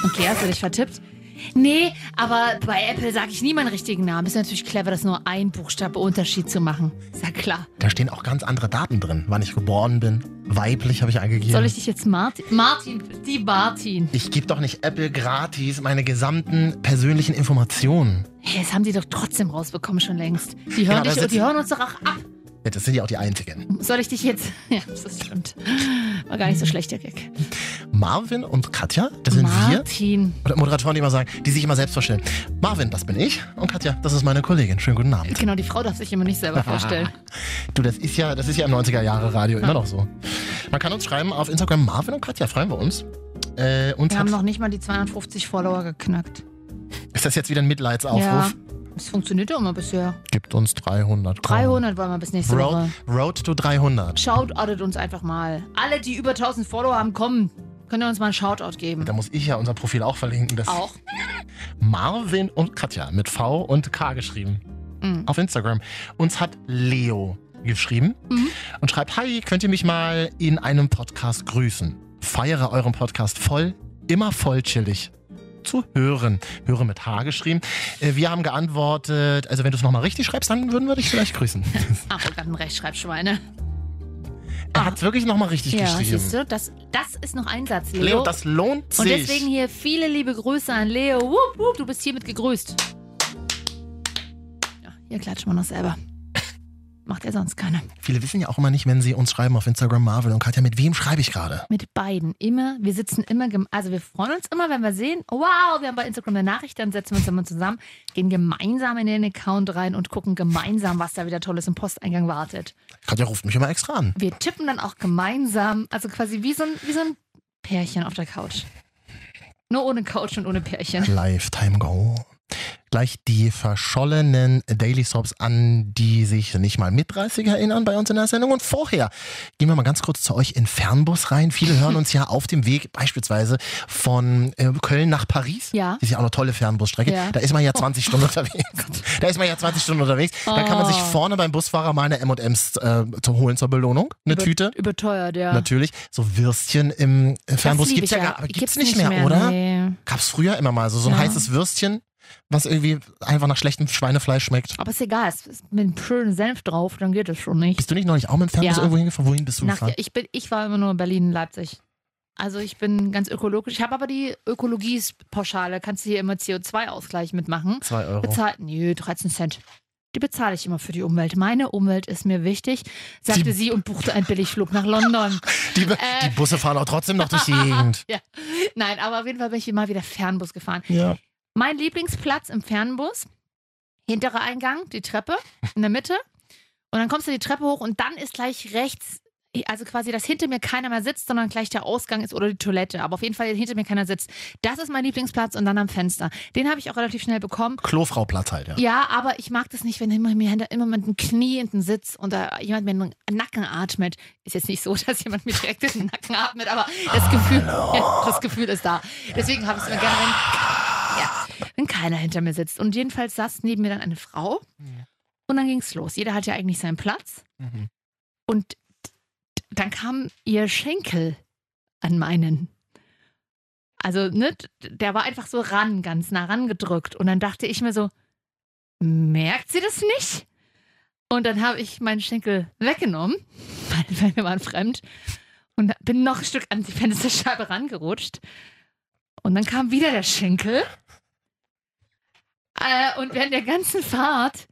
C: Okay, hast du dich vertippt? Nee, aber bei Apple sage ich nie meinen richtigen Namen. Ist natürlich clever, das nur ein Buchstabe Unterschied zu machen. Ist ja klar.
A: Da stehen auch ganz andere Daten drin, wann ich geboren bin. Weiblich habe ich angegeben.
C: Soll ich dich jetzt Martin? Martin, die Martin.
A: Ich gebe doch nicht Apple gratis meine gesamten persönlichen Informationen.
C: Hey, das haben die doch trotzdem rausbekommen schon längst. Die
A: Genau,
C: hören,
A: das
C: dich,
A: ist-
C: die hören uns doch auch ab.
A: Ja, das sind ja auch die einzigen.
C: Soll ich dich jetzt? Ja, das stimmt. War gar nicht so schlecht, der Gag.
A: Marvin und Katja, das Hm. sind wir.
C: Martin.
A: Oder Moderatoren, die immer sagen, die sich immer selbst vorstellen. Marvin, das bin ich. Und Katja, das ist meine Kollegin. Schönen guten Abend.
C: Genau, die Frau darf sich immer nicht selber vorstellen.
A: Du, das ist ja, das ist ja im 90er Jahre Radio
C: Ah.
A: immer noch so. Man kann uns schreiben auf Instagram Marvin und Katja, freuen wir uns. Äh, uns hat,
C: Wir haben noch nicht mal die 250 Follower geknackt.
A: ist das jetzt wieder ein Mitleidsaufruf?
C: Ja. Das funktioniert doch immer bisher.
A: Gibt uns 300. komm.
C: 300 wollen wir bis nächste
A: Road,
C: Woche.
A: Road to 300.
C: Shoutoutet uns einfach mal. Alle, die über 1000 Follower haben, kommen. Könnt ihr uns mal einen Shoutout geben?
A: Da muss ich ja unser Profil auch verlinken. Das
C: Auch.
A: Marvin und Katja mit V und K geschrieben.
C: Mhm.
A: Auf Instagram. Uns hat Leo geschrieben
C: Mhm.
A: und schreibt: Hi, könnt ihr mich mal in einem Podcast grüßen? Feiere euren Podcast voll, immer voll chillig. zu hören. Höre mit H geschrieben. Äh, Wir haben geantwortet, also wenn du es nochmal richtig schreibst, dann würden wir dich vielleicht grüßen.
C: Arroganten oh Rechtschreibschweine.
A: er hat es wirklich nochmal richtig
C: Ja,
A: geschrieben.
C: siehst du, das, das ist noch ein Satz, Leo.
A: um. Leo, das lohnt sich.
C: Und deswegen hier viele liebe Grüße an Leo. Wupp, wupp, du bist hiermit gegrüßt. Ja, hier klatscht man noch selber. Macht ja sonst keiner.
A: Viele wissen ja auch immer nicht, wenn sie uns schreiben auf Instagram Marvel und Katja, mit wem schreibe ich gerade?
C: Mit beiden. Immer, wir sitzen immer, gem- also wir freuen uns immer, wenn wir sehen, wow, wir haben bei Instagram eine Nachricht, dann setzen wir uns immer zusammen, gehen gemeinsam in den Account rein und gucken gemeinsam, was da wieder Tolles im Posteingang wartet.
A: Katja ruft mich immer extra an.
C: Wir tippen dann auch gemeinsam, also quasi wie so ein, wie so ein Pärchen auf der Couch. Nur ohne Couch und ohne Pärchen.
A: Lifetime Go. Gleich die verschollenen Daily Soaps an, die sich nicht mal mit 30 erinnern bei uns in der Sendung. Und vorher gehen wir mal ganz kurz zu euch in Fernbus rein. Viele hören uns ja auf dem Weg beispielsweise von äh, Köln nach Paris.
C: Ja.
A: Das ist ja auch eine tolle Fernbusstrecke.
C: Ja.
A: Da ist man ja 20 Stunden unterwegs. Da ist man ja 20 Stunden unterwegs. Da kann man sich
C: Oh.
A: vorne beim Busfahrer mal eine M&M's äh, zu holen zur Belohnung. Eine Tüte.
C: Überteuert, ja.
A: Natürlich. So Würstchen im äh, Fernbus
C: lieb
A: gibt's
C: ich
A: ja, gar, gibt's, nicht mehr, oder?
C: Nee.
A: Gab's früher immer mal so, so ein
C: Ja.
A: heißes Würstchen, was irgendwie einfach nach schlechtem Schweinefleisch schmeckt.
C: Aber ist egal, es ist mit einem schönen Senf drauf, dann geht es schon nicht.
A: Bist du nicht neulich auch mit dem Fernbus
C: Ja.
A: irgendwo hingefahren? Wohin bist du
C: Nach,
A: gefahren?
C: ich, bin, ich war immer nur in Berlin, Leipzig. Also ich bin ganz ökologisch. Ich habe aber die Ökologiepauschale, kannst du hier immer CO2-Ausgleich mitmachen.
A: Zwei Euro.
C: Bezahlt, nee, 13 Cent. Die bezahle ich immer für die Umwelt. Meine Umwelt ist mir wichtig, sagte
A: Die-
C: sie und buchte einen Billigflug nach London.
A: Die, Be- die
C: Äh.
A: Busse fahren auch trotzdem noch durch die Gegend.
C: ja. Nein, aber auf jeden Fall bin ich immer wieder Fernbus gefahren.
A: Ja.
C: Mein Lieblingsplatz im Fernbus, hinterer Eingang, die Treppe in der Mitte. Und dann kommst du die Treppe hoch und dann ist gleich rechts, also quasi, dass hinter mir keiner mehr sitzt, sondern gleich der Ausgang ist oder die Toilette. Aber auf jeden Fall hinter mir keiner sitzt. Das ist mein Lieblingsplatz und dann am Fenster. Den habe ich auch relativ schnell bekommen.
A: Klofrauplatz halt, ja.
C: Ja, aber ich mag das nicht, wenn immer mir hinter- immer mit dem Knie hinten sitzt und da jemand mir in den Nacken atmet. Ist jetzt nicht so, dass jemand mir direkt in den Nacken atmet, aber das Gefühl, ja, das Gefühl ist da. Deswegen habe ich es immer gerne, wenn, ja, wenn keiner hinter mir sitzt. Und jedenfalls saß neben mir dann eine Frau und dann ging's los. Jeder hat ja eigentlich seinen Platz
A: Mhm.
C: und t- t- dann kam ihr Schenkel an meinen. Also, ne, t- der war einfach so ran, ganz nah rangedrückt. Und dann dachte ich mir so, merkt sie das nicht? Und dann habe ich meinen Schenkel weggenommen, weil, weil wir waren fremd, und bin noch ein Stück an die Fensterscheibe rangerutscht. Und dann kam wieder der Schenkel. Äh, und während der ganzen Fahrt,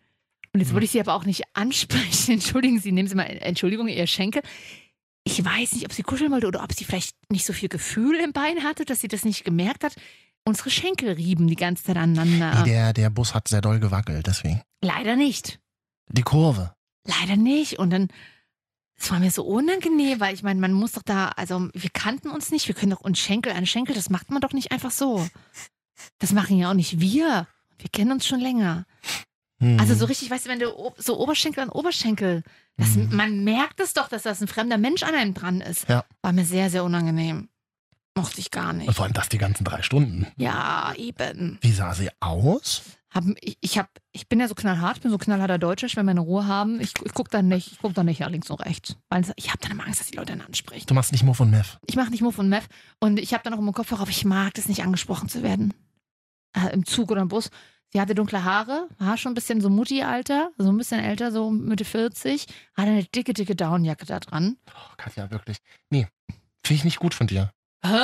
C: und jetzt wollte ich sie aber auch nicht ansprechen, entschuldigen Sie, nehmen Sie mal, Entschuldigung, Ihr Schenkel. Ich weiß nicht, ob sie kuscheln wollte oder ob sie vielleicht nicht so viel Gefühl im Bein hatte, dass sie das nicht gemerkt hat. Unsere Schenkel rieben die ganze Zeit aneinander.
A: Nee, Der, der Bus hat sehr doll gewackelt, deswegen.
C: Leider nicht.
A: Die Kurve.
C: Leider nicht. Und dann, es war mir so unangenehm, weil ich meine, man muss doch da, also wir kannten uns nicht, wir können doch uns Schenkel an Schenkel, das macht man doch nicht einfach so. Das machen ja auch nicht wir. Wir kennen uns schon länger.
A: Hm.
C: Also so richtig, weißt du, wenn du o- so Oberschenkel an Oberschenkel, das,
A: Mhm.
C: man merkt es doch, dass das ein fremder Mensch an einem dran ist.
A: Ja.
C: War mir sehr, sehr unangenehm. Mochte ich gar
A: Und
C: nicht.
A: vor allem das die ganzen drei Stunden.
C: Ja, eben.
A: Wie sah sie aus?
C: Hab, ich, ich, hab, ich bin ja so knallhart, ich bin so knallharter Deutscher, ich will meine Ruhe haben. Ich, ich gucke dann nicht, ich guck dann nicht nach links und rechts. Weil ich habe dann immer Angst, dass die Leute dann ansprechen.
A: Du machst nicht Muff und Meth.
C: Ich mache nicht Muff und Meff und ich habe dann auch immer im Kopf, worauf ich mag, das nicht angesprochen zu werden. Äh, Im Zug oder im Bus. Sie hatte dunkle Haare, war schon ein bisschen so Mutti-Alter, so ein bisschen älter, so Mitte 40, hatte eine dicke, dicke Downjacke da dran.
A: Oh, Katja, wirklich. Nee, finde ich nicht gut von dir.
C: Hä?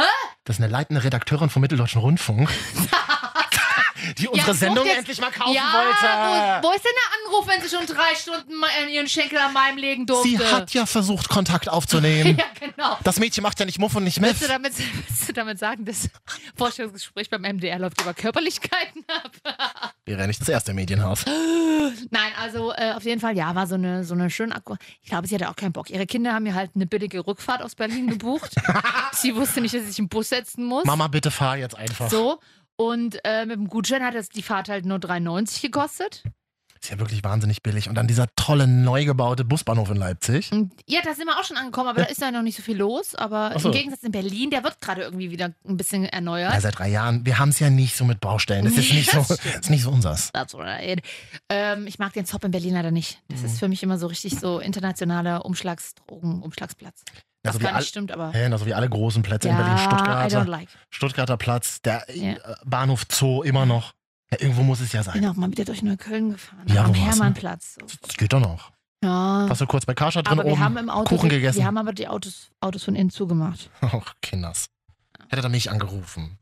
A: Das ist eine leitende Redakteurin vom Mitteldeutschen Rundfunk, die unsere
C: such
A: Sendung
C: jetzt-
A: endlich mal kaufen
C: ja,
A: wollte.
C: wo, wo ist denn der Anruf, wenn sie schon drei Stunden mal ihren Schenkel an meinem legen durfte?
A: Sie hat ja versucht, Kontakt aufzunehmen.
C: ja, genau.
A: Das Mädchen macht ja nicht Muff und nicht
C: Willst du,
A: Meth.
C: damit, willst du damit sagen, das Vorstellungsgespräch beim MDR läuft über Körperlichkeiten ab?
A: Wäre nicht das erste Medienhaus.
C: Nein, also äh, auf jeden Fall, ja, war so eine, so eine schöne Akku. Ich glaube, sie hatte auch keinen Bock. Ihre Kinder haben mir halt eine billige Rückfahrt aus Berlin gebucht. sie wusste nicht, dass ich im Bus setzen muss.
A: Mama, bitte fahr jetzt einfach.
C: So. Und äh, mit dem Gutschein hat das die Fahrt halt nur 3,90 gekostet.
A: Ist ja wirklich wahnsinnig billig. Und dann dieser tolle, neu gebaute Busbahnhof in Leipzig.
C: Und ja, da sind wir auch schon angekommen, aber da ist ja noch nicht so viel los. Aber
A: Ach so.
C: im Gegensatz in Berlin, der wird gerade irgendwie wieder ein bisschen erneuert.
A: Ja, seit drei Jahren. Wir haben es ja nicht so mit Baustellen. Das ist
C: Nee,
A: nicht so,
C: das
A: ist nicht so unseres.
C: That's what I ate. Ähm, ich mag den
A: Mhm.
C: Zop in Berlin leider nicht. Das ist für mich immer so richtig so internationaler Umschlagsdrogen, Umschlagsplatz.
A: Ja, so Also
C: Was
A: wie
C: gar
A: all-
C: nicht stimmt, aber.
A: Ja, genau, so wie alle großen Plätze in
C: Ja,
A: Berlin. also-
C: I don't
A: Stuttgarter,
C: like.
A: Stuttgarter Platz, der
C: Ja.
A: äh, Bahnhof Zoo immer noch. Ja, irgendwo muss es ja sein.
C: Bin auch mal wieder durch Neukölln gefahren.
A: Ja, wo
C: am
A: warst du?
C: Hermannplatz.
A: Das geht doch noch.
C: Ja.
A: Warst du kurz bei Karscha drin
C: aber wir
A: oben
C: haben im Auto
A: Kuchen
C: wir-
A: gegessen?
C: Wir haben aber die Autos, Autos von innen zugemacht.
A: Ach, Kinders. Hätte er mich angerufen.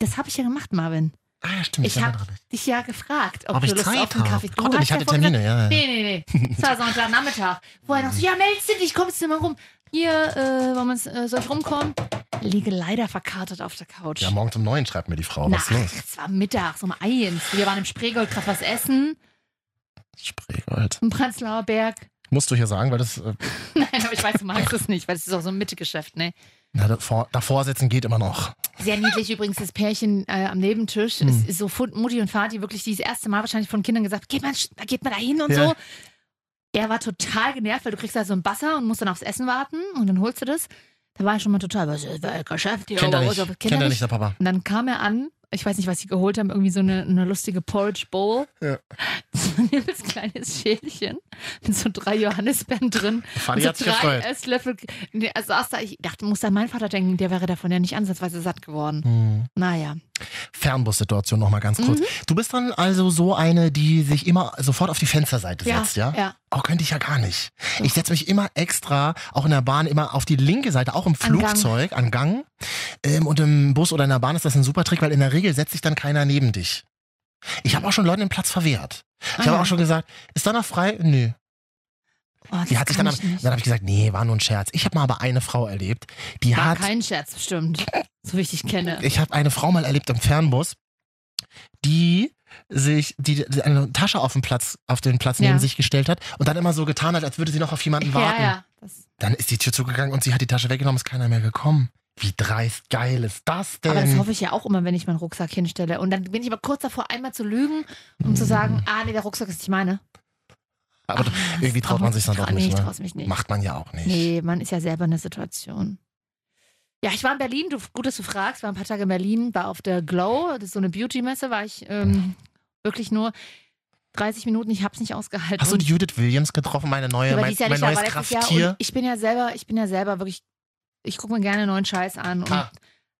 C: Das habe ich ja gemacht, Marvin.
A: Ah, ja, stimmt.
C: Ich
A: bin
C: habe
A: dran.
C: dich ja gefragt, ob,
A: Ob
C: du
A: ich
C: Lust
A: Zeit
C: auf einen
A: hab.
C: Kaffee
A: Gott,
C: hast
A: ich hatte
C: ja vorhin
A: Termine,
C: gesagt,
A: ja,
C: Nee, nee, nee. Es war Sonntagnachmittag. Vorher noch so, ja, meldest du dich, kommst du mal rum. Hier, äh, wollen wir uns, äh, soll ich rumkommen? Liege leider verkartet auf der Couch.
A: Ja, morgens um neun schreibt mir die Frau. Was ist los?
C: Nachts, war mittags um eins. Wir waren im Spreegold gerade was essen,
A: Spreegold.
C: im Prenzlauer Berg.
A: Musst du hier sagen, weil das, äh,
C: Nein, aber ich weiß, du magst es nicht, weil es ist auch so ein Mittegeschäft, ne?
A: na, davor, davor sitzen geht immer noch.
C: Sehr niedlich übrigens, das Pärchen äh, am Nebentisch.
A: Hm.
C: Es ist so Fu- Mutti und Vati wirklich die das erste Mal wahrscheinlich von Kindern gesagt, geht man, sch- geht man da hin und
A: Ja.
C: so. Er war total genervt, weil du kriegst da so ein Basser und musst dann aufs Essen warten und dann holst du das. Da war er schon mal total, was ist das Geschäft hier?
A: Kennt er
C: aber-
A: nicht.
C: aber-
A: Kennt er nicht, der Papa.
C: Und dann kam er an, ich weiß nicht, was sie geholt haben, irgendwie so eine, eine lustige Porridge Bowl.
A: Ja.
C: So ein liebes kleines Schälchen mit so drei Johannisbeeren drin.
A: Fadi
C: Und so
A: hat sich
C: Also drei äh.
A: gefreut.
C: Esslöffel. Nee, er saß da, ich dachte, muss an meinen Vater denken, der wäre davon ja nicht ansatzweise satt geworden.
A: Hm.
C: Naja.
A: Fernbussituation nochmal ganz
C: Mhm.
A: kurz. Du bist dann also so eine, die sich immer sofort auf die Fensterseite setzt, ja?
C: ja.
A: Auch könnte ich ja gar nicht. Ich setze mich immer extra, auch in der Bahn, immer auf die linke Seite, auch im
C: An Gang.
A: Flugzeug, an Gang. Ähm, und im Bus oder in der Bahn ist das ein super Trick, weil in der Regel setzt sich dann keiner neben dich. Ich habe auch schon Leuten den Platz verwehrt. Ich
C: Ah,
A: habe
C: ja.
A: auch schon gesagt, ist da noch frei? Nö.
C: Oh, das
A: Die hat sich
C: kann
A: dann,
C: ich nicht.
A: dann habe ich gesagt, nee, war nur ein Scherz. Ich habe mal aber eine Frau erlebt, die
C: War
A: hat
C: kein Scherz, bestimmt. So wie ich dich kenne.
A: ich habe eine Frau mal erlebt im Fernbus, die sich die, die eine Tasche auf den Platz auf den Platz neben
C: Ja.
A: sich gestellt hat und dann immer so getan hat, als würde sie noch auf jemanden warten.
C: Ja, ja. Das,
A: Dann ist die Tür zugegangen und sie hat die Tasche weggenommen, ist keiner mehr gekommen. Wie dreist geil ist das denn?
C: aber das hoffe ich ja auch immer, wenn ich meinen Rucksack hinstelle. Und dann bin ich aber kurz davor, einmal zu lügen, um zu sagen, ah, nee, der Rucksack ist nicht meine.
A: Aber
C: Ah,
A: Hm. irgendwie
C: das
A: traut man sich dann doch
C: trau-
A: nicht,
C: Nee, ich
A: ne?
C: trau's mich nicht.
A: Macht man ja auch nicht.
C: Nee, man ist ja selber in der Situation. Ja, ich war in Berlin, du, gut, dass du fragst, war ein paar Tage in Berlin, war auf der Glow, das ist so eine Beauty-Messe, war ich ähm, wirklich nur 30 Minuten, ich hab's nicht ausgehalten.
A: Hast du die Judith Williams getroffen, meine neue,
C: Aber die
A: mein,
C: ist ja
A: mein
C: nicht da,
A: neues
C: war letztes Jahr und
A: Krafttier?
C: Ich bin ja selber, ich bin ja selber wirklich, ich gucke mir gerne neuen Scheiß an. Und,
A: Ah.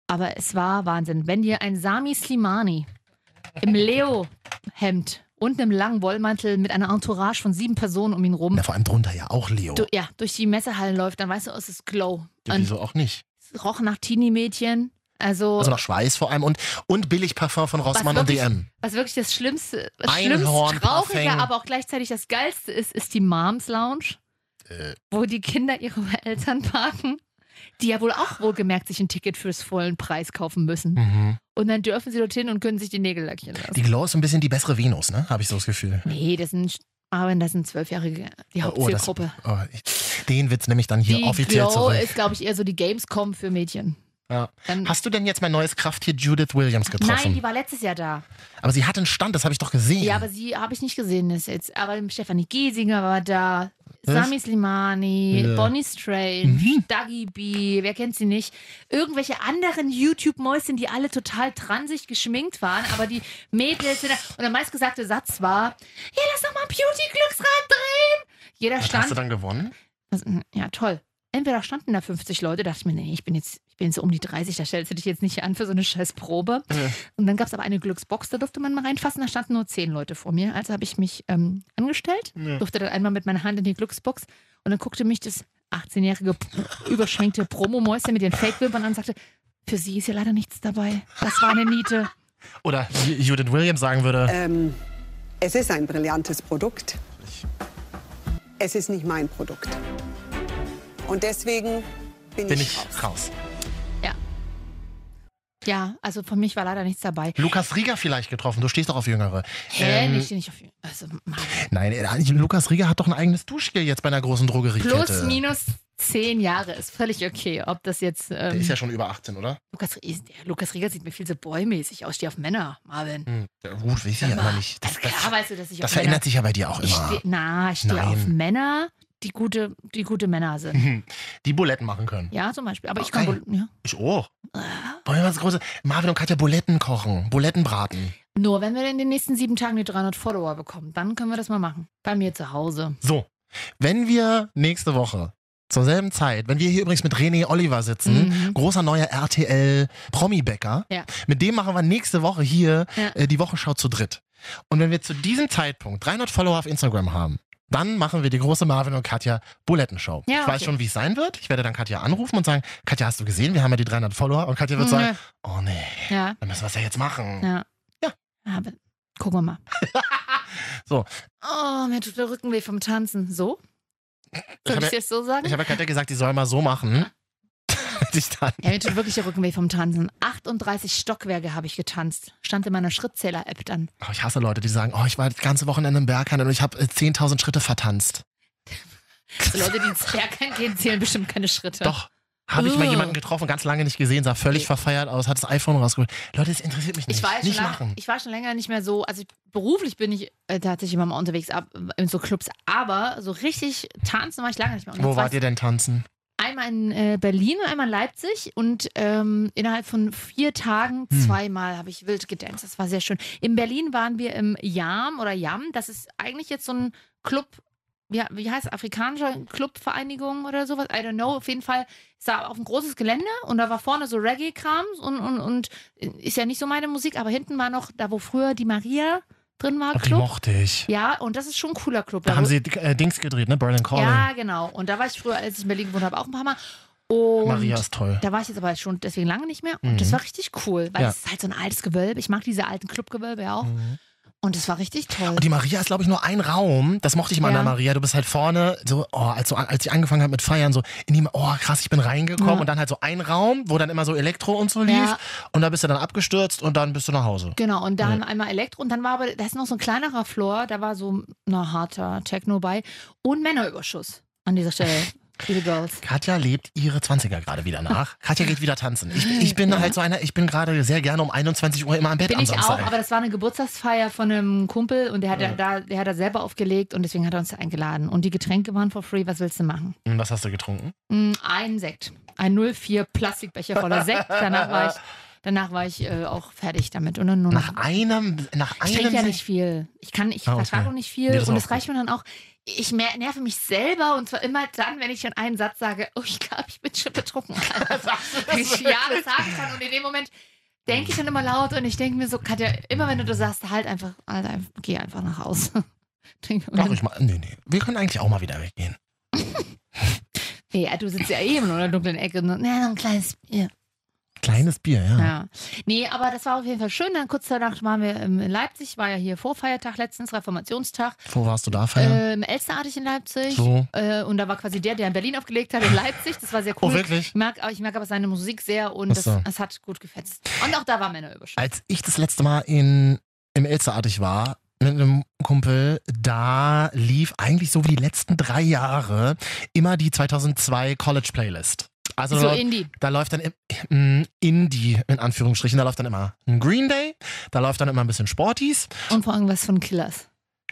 C: Aber es war Wahnsinn. Wenn dir ein Sami Slimani im Leo-Hemd und einem langen Wollmantel mit einer Entourage von sieben Personen um ihn rum
A: Na, vor allem drunter ja auch Leo.
C: du, ja, durch die Messehallen läuft, dann weißt du, es ist Glow.
A: Ja,
C: Und
A: Wieso auch nicht?
C: es roch nach Teenie-Mädchen. Also,
A: Also nach Schweiß vor allem und, und Billigparfum von Rossmann und
C: wirklich-
A: DM.
C: was wirklich das Schlimmste, das
A: Einhorn,
C: Schlimmste, Traurige,
A: Parfum.
C: aber auch gleichzeitig das Geilste ist, ist die Moms Lounge,
A: Äh.
C: wo die Kinder ihre Eltern parken, die ja wohl auch wohlgemerkt sich ein Ticket fürs vollen Preis kaufen müssen.
A: Mhm.
C: Und dann dürfen sie dorthin und können sich die Nägel lackieren lassen.
A: Die Glow ist so ein bisschen die bessere Venus, ne? Habe ich so das Gefühl.
C: nee, das sind, Marvin, das sind Zwölfjährige, die
A: das,
C: Hauptzielgruppe.
A: oh, ich, den Witz nehme ich dann hier
C: die
A: offiziell
C: Glow
A: zurück.
C: ist, glaube ich, eher so die Gamescom für Mädchen.
A: ja.
C: Dann,
A: Hast du denn jetzt mein neues Krafttier Judith Williams getroffen?
C: nein, die war letztes Jahr da.
A: aber sie hat einen Stand, das habe ich doch gesehen.
C: Ja, aber sie habe ich nicht gesehen ist jetzt. Aber Stefanie Giesinger war da, Sami Slimani,
A: Ja. Mhm.
C: Bonnie Strange, Dagi B, wer kennt sie nicht? Irgendwelche anderen YouTube-Mäuschen, die alle total transig geschminkt waren, aber die Mädels. sind da- Und der meistgesagte Satz war: Hier, lass doch mal ein Beauty-Glücksrad drehen. Jeder
A: Was hast du
C: stand.
A: dann gewonnen?
C: Ja, toll. Entweder standen da 50 Leute, dachte ich mir, nee, ich bin jetzt. Ich bin so um die 30, da stellst du dich jetzt nicht an für so eine scheiß Probe. Und dann gab es aber eine Glücksbox, da durfte man mal reinfassen. Da standen nur zehn Leute vor mir. Also habe ich mich ähm, angestellt, durfte dann einmal mit meiner Hand in die Glücksbox und dann guckte mich das 18-jährige p- überschminkte Promomäuschen mit den Fake-Wimpern an und sagte, für sie ist ja leider nichts dabei. Das war eine Niete.
A: Oder wie Judith Williams sagen würde,
C: Ähm,
K: Ähm, Es ist ein brillantes Produkt. Es ist nicht mein Produkt. Und deswegen bin,
A: bin
K: ich,
A: ich raus.
C: Ja, also von mich war leider nichts dabei.
A: Lukas Rieger vielleicht getroffen, du stehst doch auf Jüngere.
C: Hä?
A: Ähm,
C: nicht, nicht auf, also, Mann.
A: Nein, äh, Lukas Rieger hat doch ein eigenes Duschgel jetzt bei einer großen Drogeriekette.
C: Plus, minus zehn Jahre ist völlig okay. Ob das jetzt. Ähm,
A: Der ist ja schon über 18, oder?
C: Lukas, ist- der Lukas Rieger sieht mir viel so boymäßig aus. Ich stehe auf Männer, Marvin.
A: Hm. Ja, gut, weiß ich ja immer nicht. Das,
C: Das, klar
A: das,
C: weißt du, dass ich
A: das
C: auf
A: verändert sich ja bei dir auch
C: Männer. Ich
A: immer.
C: steh, na, ich stehe
A: Nein. Hm.
C: auf Männer, die gute, die gute Männer sind.
A: Die Buletten machen können.
C: Ja, zum Beispiel. Aber ich
A: Okay.
C: kann wohl. Ja.
A: Ich auch. Wollen wir was Großes? Marvin und Katja Buletten kochen, Buletten braten.
C: Nur wenn wir in den nächsten sieben Tagen die 300 Follower bekommen, dann können wir das mal machen. Bei mir zu Hause.
A: So, wenn wir nächste Woche Zur selben Zeit, wenn wir hier übrigens mit René Oliver sitzen,
C: Mhm.
A: großer neuer RTL-Promi-Bäcker,
C: Ja.
A: mit dem machen wir nächste Woche hier
C: Ja.
A: äh, die Wochenschau zu dritt. Und wenn wir zu diesem Zeitpunkt 300 Follower auf Instagram haben, dann machen wir die große Marvin und Katja Bulettenshow.
C: Ja,
A: Ich weiß
C: okay.
A: schon, wie es sein wird. Ich werde dann Katja anrufen und sagen, Katja, hast du gesehen, wir haben ja die 300 Follower. Und Katja wird
C: Mhm.
A: sagen, oh nee,
C: Ja.
A: dann müssen wir es ja jetzt machen.
C: Ja.
A: Ja.
C: Aber gucken wir mal.
A: So.
C: Oh, mir tut der Rücken weh vom Tanzen. So?
A: Ich
C: Soll ich
A: habe
C: es jetzt so
A: ich
C: sagen?
A: habe ja Katja gesagt, die soll mal so machen. ich dann
C: Ja, mir tut wirklich der Rücken weh vom Tanzen. 38 Stockwerke habe ich getanzt. Stand in meiner Schrittzähler-App dann.
A: Oh, ich hasse Leute, die sagen, oh, ich war das ganze Wochenende im Berghain und ich habe 10.000 Schritte vertanzt.
C: So Also Leute, die ins Bergheim gehen, zählen bestimmt keine Schritte.
A: Doch. Habe ich mal
C: Ugh.
A: jemanden getroffen, ganz lange nicht gesehen, sah völlig verfeiert aus, hat das iPhone rausgeholt. Leute, das interessiert mich nicht.
C: Ich war, ja schon
A: nicht
C: lange,
A: machen.
C: ich war schon länger nicht mehr so, also ich, beruflich bin ich äh, tatsächlich immer mal unterwegs, ab, in so Clubs, aber so richtig tanzen war ich lange nicht mehr. Und
A: Wo
C: jetzt
A: wart
C: war's
A: ihr denn tanzen?
C: Einmal in äh, Berlin und einmal in Leipzig und ähm, innerhalb von vier Tagen
A: Hm.
C: zweimal habe ich wild gedanced. Das war sehr schön. In Berlin waren wir im Yam oder Yam. Das ist eigentlich jetzt so ein Club, wie, wie heißt es, afrikanischer Clubvereinigung oder sowas. I don't know. Auf jeden Fall ist da auf ein großes Gelände und da war vorne so Reggae-Kram und, und, und ist ja nicht so meine Musik, aber hinten war noch da, wo früher die Maria drin war,
A: Ach, die
C: Club.
A: mochte ich.
C: Ja, und das ist schon ein cooler Club.
A: Da haben
C: wo-
A: sie äh, Dings gedreht, ne? Berlin Calling.
C: ja, genau. Und da war ich früher, als ich in Berlin gewohnt habe, auch ein paar Mal. Und
A: Maria ist toll.
C: Da war ich jetzt aber schon deswegen lange nicht mehr. Und
A: Mhm.
C: das war richtig cool, weil
A: Ja. Mhm.
C: es ist halt so ein altes Gewölbe. Ich mag diese alten Clubgewölbe ja auch. Und es war richtig toll.
A: Und die Maria ist, glaube ich, nur ein Raum. Das mochte ich mal
C: Ja.
A: an der Maria. Du bist halt vorne, so, oh, als, so, als ich angefangen habe mit Feiern, so in die, oh krass, ich bin reingekommen.
C: Ja.
A: Und dann halt so ein Raum, wo dann immer so Elektro und so lief.
C: Ja.
A: Und da bist du dann abgestürzt und dann bist du nach Hause.
C: Genau, und dann
A: Ja.
C: einmal Elektro und dann war aber, da ist noch so ein kleinerer Floor, da war so ein harter Techno bei und Männerüberschuss an dieser Stelle, liebe Girls.
A: Katja lebt ihre 20er gerade wieder nach. Katja geht wieder tanzen. Ich, ich bin halt so einer, ich bin gerade sehr gerne um 21 Uhr immer am Bett
C: Bin
A: am
C: ich auch,
A: Samstag.
C: aber das war eine Geburtstagsfeier von einem Kumpel und der hat, da, der hat da selber aufgelegt und deswegen hat er uns da eingeladen. Und die Getränke waren for free, was willst du machen?
A: Hm, Was hast du getrunken?
C: Mm, Ein Sekt. Ein 04 Plastikbecher voller Sekt. Danach war ich, danach war ich äh, auch fertig damit. Und dann nur noch.
A: Nach einem, nach
C: Ich
A: einem
C: trinke ja nicht viel. Ich kann, ich
A: Ah, okay.
C: vertrage auch nicht viel.
A: Nee, das ist
C: und
A: auch
C: es reicht mir dann auch. Ich mer- nerve mich selber und zwar immer dann, wenn ich schon einen Satz sage, oh, ich glaube, ich bin schon betrunken. Wenn ich ja, das sage ich dann. Und in dem Moment denke ich dann immer laut und ich denke mir so, Katja, immer wenn du das sagst, halt einfach, halt einfach geh einfach nach Hause. Trink und
A: Mach
C: dann-
A: ich mal. Nee, nee. Wir können eigentlich auch mal wieder weggehen.
C: Ja, du sitzt ja eben in einer dunklen Ecke. Ne, noch ein kleines Bier.
A: Kleines Bier, ja.
C: Ja. Nee, aber das war auf jeden Fall schön. Dann kurz danach waren wir ähm, in Leipzig, war ja hier Vorfeiertag letztens, Reformationstag.
A: Wo warst du da feiern?
C: Ähm, Elster hatte ich in Leipzig.
A: Ah, So.
C: Äh, und da war quasi der, der in Berlin aufgelegt hat, in Leipzig. Das war sehr cool.
A: Oh, wirklich?
C: Ich mag, ich mag aber seine Musik sehr und
A: Ach
C: das,
A: so.
C: es hat gut gefetzt. Und auch da war Männerüberschuss.
A: Als ich das letzte Mal in, im Elsterartig war, mit einem Kumpel, da lief eigentlich so wie die letzten drei Jahre immer die 2002 College Playlist. Also
C: So
A: da-
C: Indie.
A: Da läuft dann im- im Indie, in Anführungsstrichen, da läuft dann immer ein Green Day, da läuft dann immer ein bisschen Sporties.
C: Und vor allem was von Killers.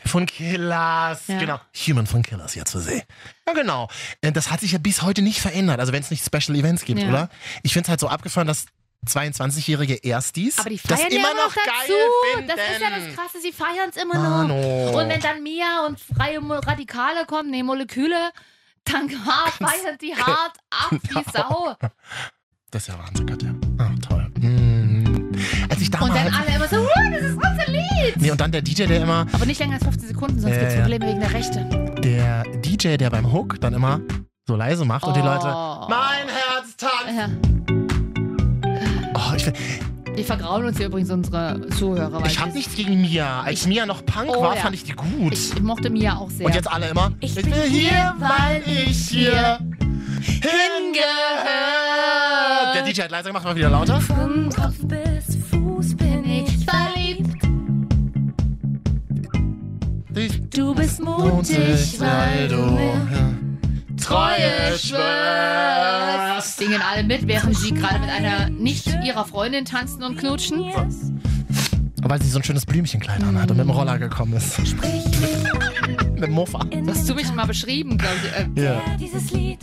A: Von Killers,
C: Ja.
A: genau. Human von Killers, jetzt für Sie. Ja, genau. Äh, Das hat sich ja bis heute nicht verändert, also wenn es nicht Special Events gibt,
C: Ja.
A: oder? Ich finde es halt so abgefahren, dass 22-jährige Erstis
C: Aber die
A: das
C: feiern ja
A: immer
C: noch
A: noch
C: dazu.
A: geil finden.
C: Das ist ja das Krasse, sie feiern es immer
A: Ah,
C: noch.
A: Mano.
C: Und wenn dann Mia und freie Mo- Radikale kommen, nee, Moleküle, dann hart feiern die hart ab wie Sau.
A: Das ist ja Wahnsinn, Katja. Ah, toll. Mm. Als ich
C: Und
A: damals...
C: dann alle immer so, "Wow, das ist unser Lied.
A: nee, und dann der DJ, der immer...
C: Aber nicht länger als 15 Sekunden, sonst
A: Ja,
C: gibt's
A: ja.
C: Probleme wegen der Rechte.
A: der DJ, der beim Hook dann immer so leise macht und die
C: Oh.
A: Leute, mein Herz tanzt.
C: Ja.
A: Oh, ich
C: Wir vergrauen uns hier übrigens unsere Zuhörer. Weil
A: ich habe
C: die-
A: nichts gegen Mia. Als Mia noch Punk
C: Oh,
A: war,
C: ja.
A: fand ich die gut.
C: Ich mochte Mia auch sehr.
A: und jetzt alle immer, ich, bin hier, weil ich hier hingehöre. Der DJ hat leiser gemacht, war wieder lauter.
B: Von Kopf bis Fuß bin ich verliebt.
A: Ich
B: Du bist mutig, weil du mir
A: Treue
C: schwörst. Singen alle mit, während sie gerade mit einer nicht ihrer Freundin tanzen und knutschen.
A: Weil sie so ein schönes Blümchenkleid anhat und mit dem Roller gekommen ist. mit dem Mofa.
C: Hast du mich mal beschrieben, glaube ich. Äh,
A: Ja.
B: dieses Lied